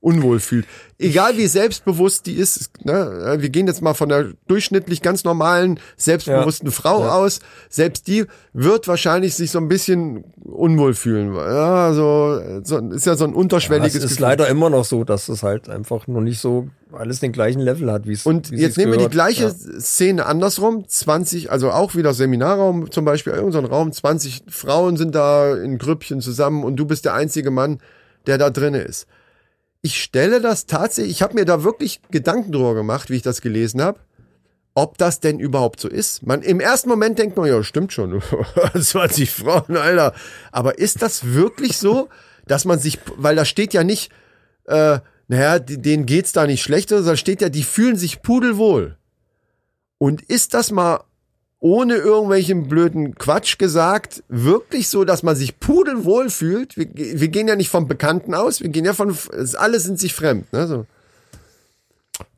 unwohl fühlt. Egal wie selbstbewusst die ist, ne? wir gehen jetzt mal von der durchschnittlich ganz normalen, selbstbewussten Frau aus, selbst die wird wahrscheinlich sich so ein bisschen unwohl fühlen. Ja, so, so, ist ja so ein unterschwelliges Das ist Gefühl. leider immer noch so, dass es halt einfach noch nicht so alles den gleichen Level hat, wie es Und wie jetzt es nehmen wir die gehört. gleiche Ja. Szene andersrum. 20, also auch wieder Seminarraum zum Beispiel, irgendein Raum, 20 Frauen sind da in Grüppchen zusammen und du bist der einzige Mann, der da drinne ist. Ich stelle das tatsächlich, ich habe mir da wirklich Gedanken drüber gemacht, wie ich das gelesen habe, ob das denn überhaupt so ist. Man, Im ersten Moment denkt man, ja, stimmt schon, 20 Frauen, Alter. Aber ist das wirklich so, dass man sich, weil da steht ja nicht, äh, naja, die- denen geht's da nicht schlechter, sondern steht ja, die fühlen sich pudelwohl. Und ist das mal ohne irgendwelchen blöden Quatsch gesagt, wirklich so, dass man sich pudelwohl fühlt? Wir, wir gehen ja nicht vom Bekannten aus, wir gehen ja von, es- alle sind sich fremd, ne, so.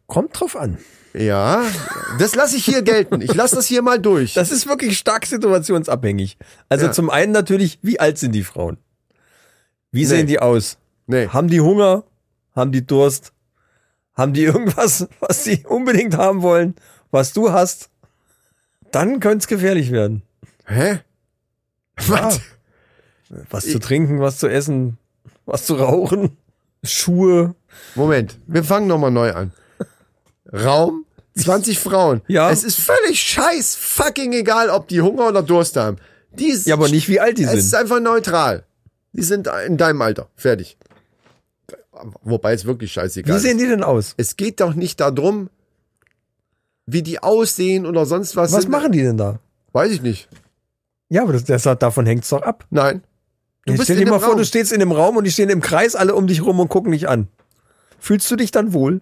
Kommt drauf an. Ja, das lasse ich hier gelten. Ich lasse das hier mal durch. Das ist wirklich stark situationsabhängig. Also Ja. zum einen natürlich, wie alt sind die Frauen? Wie sehen die aus? nee. Haben die Hunger? Haben die Durst? Haben die irgendwas, was sie unbedingt haben wollen, was du hast? Dann könnte es gefährlich werden. Hä? Was? Was zu trinken, was zu essen, was zu rauchen, Schuhe. Moment, wir fangen nochmal neu an. Raum, 20 Frauen. Ja. Es ist völlig scheiß fucking egal, ob die Hunger oder Durst haben. Die ist, Ja, aber nicht wie alt die es ist sind. einfach neutral. Die sind in deinem Alter. Fertig. Wobei es wirklich scheißegal Wie ist. sehen die denn aus? Es geht doch nicht darum, wie die aussehen oder sonst was. Was sind. machen die denn da? Weiß ich nicht. Ja, aber das, das, davon hängt's doch ab. Nein. Du Ja, bist stell in dir mal dem vor, Raum. du stehst in dem Raum und die stehen im Kreis alle um dich rum und gucken dich an. Fühlst du dich dann wohl?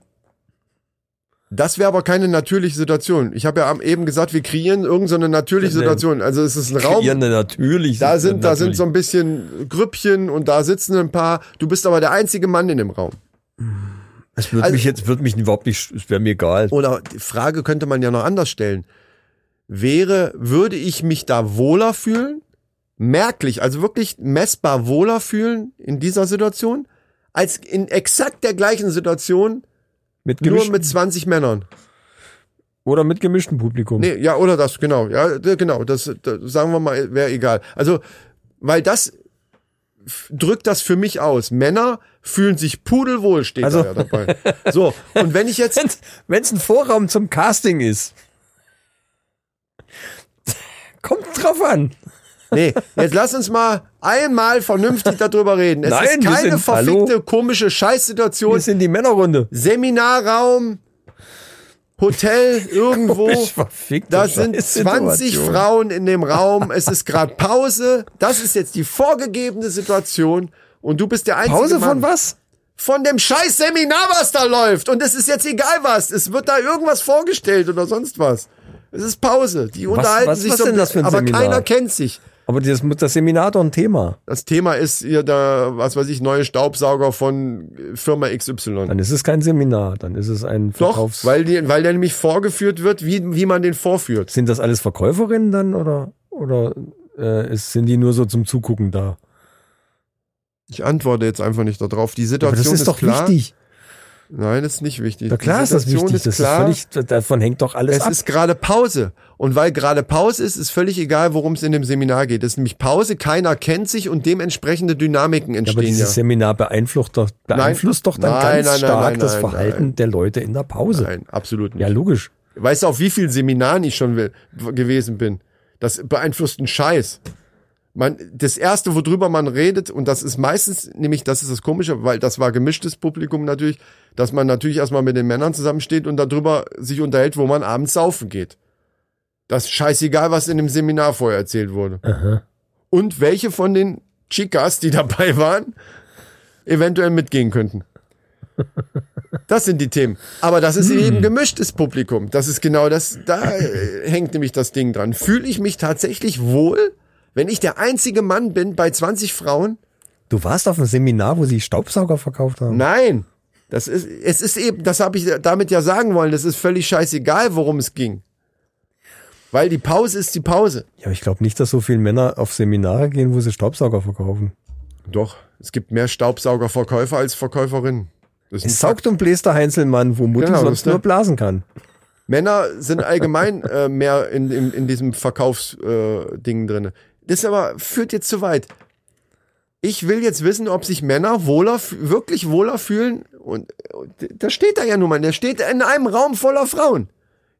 Das wäre aber keine natürliche Situation. Ich habe ja am- eben gesagt, wir kreieren irgendeine so eine natürliche Nee. Situation. Also es ist ein Raum. Kreieren, natürlich. Da sind, da sind Äh, natürlich. so ein bisschen Grüppchen und da sitzen ein paar. Du bist aber der einzige Mann in dem Raum. Es würde also- mich jetzt, würde mich überhaupt nicht, es wäre mir egal. Oder die Frage könnte man ja noch anders stellen. Wäre, würde ich mich da wohler fühlen? Merklich, also wirklich messbar wohler fühlen in dieser Situation? Als in exakt der gleichen Situation, Mit nur gemischten, mit 20 Männern. oder mit gemischtem Publikum. Nee, ja, oder das, genau. Ja, d- genau, das, das sagen wir mal, wäre egal. Also, weil das f- drückt das für mich aus. Männer fühlen sich pudelwohl, steht Also- da ja dabei. So, und wenn ich jetzt Wenn es ein Vorraum zum Casting ist, kommt drauf an. Nee, jetzt lass uns mal einmal vernünftig darüber reden. Es Nein, ist wir keine sind- verfickte, hallo? komische Scheißsituation. Hier sind die Männerrunde. Seminarraum, Hotel, irgendwo. Komisch, verfickte Da sind Scheißsituation. 20 Frauen in dem Raum. Es ist gerade Pause. Das ist jetzt die vorgegebene Situation. Und du bist der einzige Pause Mann von was? von dem scheiß Seminar, was da läuft. Und es ist jetzt egal was. Es wird da irgendwas vorgestellt oder sonst was. Es ist Pause. Die unterhalten was- sich was so, denn das für ein aber Seminar? keiner kennt sich. Aber das, das Seminar hat doch ein Thema. Das Thema ist ihr da, was weiß ich, neue Staubsauger von äh, Firma XY. Dann ist es kein Seminar, dann ist es ein Doch, Verkaufs... weil, die, weil der nämlich vorgeführt wird, wie, wie man den vorführt. sind das alles Verkäuferinnen dann oder, oder äh, ist- sind die nur so zum Zugucken da? Ich antworte jetzt einfach nicht darauf. Die Aber Situation das ist doch klar. wichtig. Nein, ist nicht wichtig. Na klar Die ist das Situation wichtig. das klar. ist völlig, davon hängt doch alles es ab. ist gerade Pause. Und weil gerade Pause ist, ist völlig egal, worum es in dem Seminar geht. Es ist nämlich Pause, keiner kennt sich und dementsprechende Dynamiken Ja, aber entstehen dieses ja. Seminar beeinflusst doch, beeinflusst doch dann Nein, ganz nein, nein, stark nein, das nein, Verhalten nein. der Leute in der Pause. Nein, absolut nicht. Ja, logisch. Weißt du, auf wie vielen Seminaren ich schon will, gewesen bin? Das beeinflusst einen Scheiß. Man, das erste, worüber man redet, und das ist meistens, nämlich, das ist das Komische, weil das war gemischtes Publikum natürlich, dass man natürlich erstmal mit den Männern zusammensteht und darüber sich unterhält, wo man abends saufen geht. Das ist scheißegal, was in dem Seminar vorher erzählt wurde. Und welche von den Chicas, die dabei waren, eventuell mitgehen könnten. Das sind die Themen. Aber das ist eben gemischtes Publikum. Das ist genau das, da äh, hängt nämlich das Ding dran. Fühle ich mich tatsächlich wohl, wenn ich der einzige Mann bin bei 20 Frauen? Du warst auf einem Seminar, wo sie Staubsauger verkauft haben. Nein. Das ist, es ist eben, das habe ich damit ja sagen wollen, das ist völlig scheißegal, worum es ging. Weil die Pause ist die Pause. Ja, aber ich glaube nicht, dass so viele Männer auf Seminare gehen, wo sie Staubsauger verkaufen. Doch, es gibt mehr Staubsaugerverkäufer als Verkäuferinnen. Das Es ist ein Fakt. saugt und bläst der Heinzelmann, wo Mutti Genau, sonst das, ne? nur blasen kann. Männer sind allgemein äh, mehr in, in, in diesem Verkaufsding äh, Ding drinne. Das aber führt jetzt zu weit. Ich will jetzt wissen, ob sich Männer wohler, f- wirklich wohler fühlen. Und, und da steht da ja nun mal, der steht in einem Raum voller Frauen.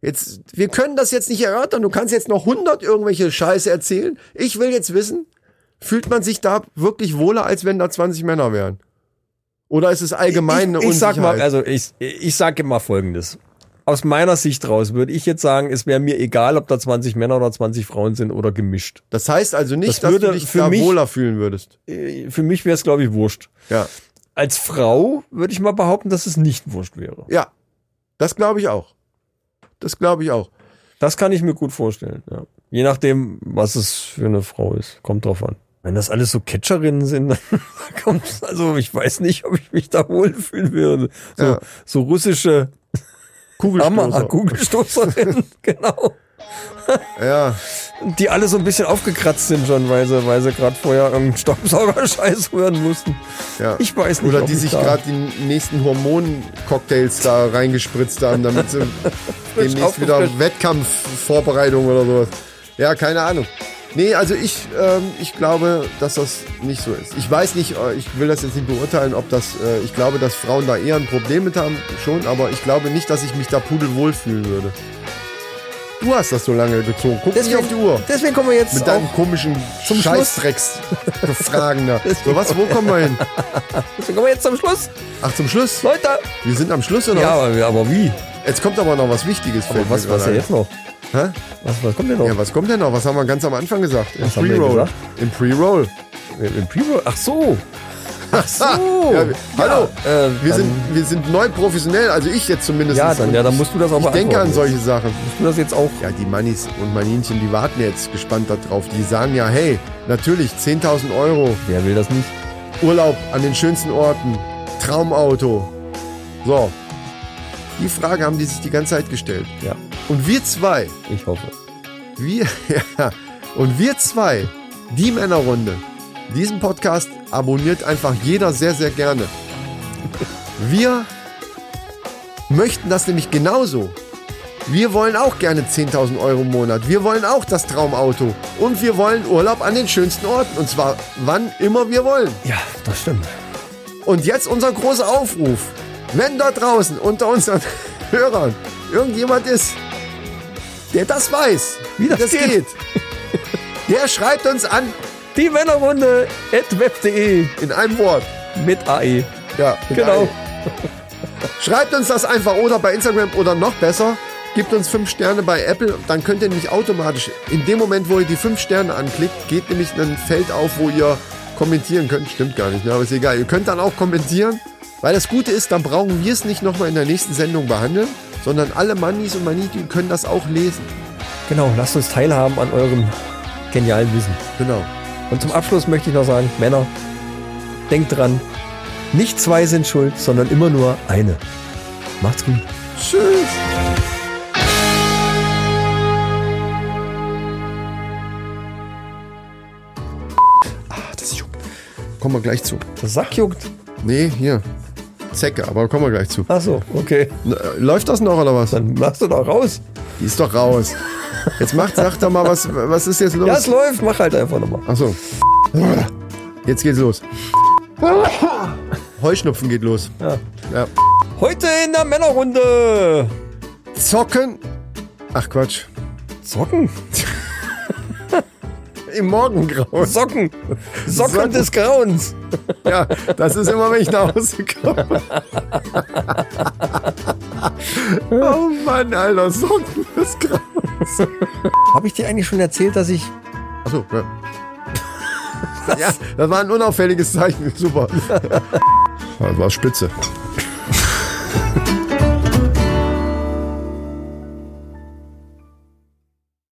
Jetzt, wir können das jetzt nicht erörtern. Du kannst jetzt noch 100 irgendwelche Scheiße erzählen. Ich will jetzt wissen, fühlt man sich da wirklich wohler, als wenn da 20 Männer wären? Oder ist es allgemein eine ich, ich sag mal, Unsicherheit? also ich, ich sag immer Folgendes. Aus meiner Sicht raus würde ich jetzt sagen, es wäre mir egal, ob da 20 Männer oder 20 Frauen sind oder gemischt. Das heißt also nicht, Das dass du würde dich für da mich- wohler fühlen würdest. Äh, Für mich wäre es, glaube ich, wurscht. Ja. Als Frau würde ich mal behaupten, dass es nicht wurscht wäre. Ja, das glaube ich auch. Das glaube ich auch. Das kann ich mir gut vorstellen. Ja. Je nachdem, was es für eine Frau ist. Kommt drauf an. Wenn das alles so Catcherinnen sind, dann kommt also ich weiß nicht, ob ich mich da wohlfühlen würde. So, Ja. so russische Kugelstoßer. Hammer, Kugelstoßerinnen, genau. Ja, Die alle so ein bisschen aufgekratzt sind schon, weil sie, weil sie gerade vorher irgendeinen Staubsauger-Scheiß rühren mussten. ja. Ich weiß nicht. Oder ob die ich sich da- gerade die nächsten Hormoncocktails da reingespritzt haben, damit sie demnächst wieder aufgefrischt. Wettkampfvorbereitung oder sowas. Ja, keine Ahnung. Nee, also ich, ähm, ich glaube, dass das nicht so ist. Ich weiß nicht, äh, ich will das jetzt nicht beurteilen, ob das, äh, ich glaube, dass Frauen da eher ein Problem mit haben, schon, aber ich glaube nicht, dass ich mich da pudelwohl fühlen würde. Du hast das so lange gezogen. Guck nicht auf um die Uhr. deswegen kommen wir jetzt Mit auch, deinem komischen zum Scheißdrecks-Fragen da. So, was, wo kommen wir hin? deswegen kommen wir jetzt zum Schluss. Ach, zum Schluss? Leute! Wir sind am Schluss, oder? Ja, was? aber, aber wie? Jetzt kommt aber noch was Wichtiges. Genau. fällt mir Aber was, gerade was ist denn ein. jetzt noch? Hä? Was, was kommt denn noch? Ja, was kommt denn noch? Was haben wir ganz am Anfang gesagt? Im Was haben wir Pre-Roll. gesagt? Im Pre-Roll. Im Pre-Roll? Ach so. Ach so. Ja, wir, hallo, Ja, äh, wir, dann- sind, wir sind neu professionell, also ich jetzt zumindest. Ja, dann- ja, dann musst du das auch Ich denke an beantworten. solche Sachen. Musst du das jetzt auch? Ja, die Mannis und Maninchen, die warten jetzt gespannt darauf. Die sagen ja, hey, natürlich 10.000 Euro, Wer will das nicht? Urlaub an den schönsten Orten, Traumauto. So, die Frage haben die sich die ganze Zeit gestellt. Ja, Und wir zwei, ich hoffe. wir, ja, und wir zwei, die Männerrunde, diesen Podcast abonniert einfach jeder sehr, sehr gerne. Wir möchten das nämlich genauso. Wir wollen auch gerne 10.000 Euro im Monat. Wir wollen auch das Traumauto. Und wir wollen Urlaub an den schönsten Orten. Und zwar wann immer wir wollen. Ja, das stimmt. Und jetzt unser großer Aufruf. Wenn da draußen unter unseren Hörern irgendjemand ist, der das weiß, Wie das geht. der schreibt uns an Die Männerrunde at web.de in einem Wort. mit AE. Ja, mit E. Genau. Schreibt uns das einfach oder bei Instagram oder noch besser, gebt uns 5 Sterne bei Apple, dann könnt ihr nämlich automatisch, in dem Moment, wo ihr die 5 Sterne anklickt, geht nämlich ein Feld auf, wo ihr kommentieren könnt. Stimmt gar nicht, ne? aber ist egal. Ihr könnt dann auch kommentieren, weil das Gute ist, dann brauchen wir es nicht nochmal in der nächsten Sendung behandeln, sondern alle Mannis und Maniti können das auch lesen. Genau, lasst uns teilhaben an eurem genialen Wissen. Genau. Und zum Abschluss möchte ich noch sagen, Männer, denkt dran, nicht zwei sind schuld, sondern immer nur eine. Macht's gut. Tschüss. Ah, das juckt. Kommen wir gleich zu. Der Sack juckt. Nee, hier. Zecke, aber kommen wir gleich zu. Ach so, okay. N- äh, Läuft das noch oder was? Dann machst du doch raus. Die ist doch raus. Jetzt macht, sag doch mal, was, was ist jetzt Ja, los? es läuft. Mach halt einfach nochmal. Achso. Jetzt geht's los. Heuschnupfen geht los. Ja. Ja. Heute in der Männerrunde. Zocken. Ach Quatsch. Socken. Im Morgengrauen. Socken. Socken, Socken. des Grauens. Ja, das ist immer, wenn ich nach Hause komme. oh Mann, Alter, Socken ist grau. Habe ich dir eigentlich schon erzählt, dass ich Achso, ja. ja, das war ein unauffälliges Zeichen. Super. Das war spitze.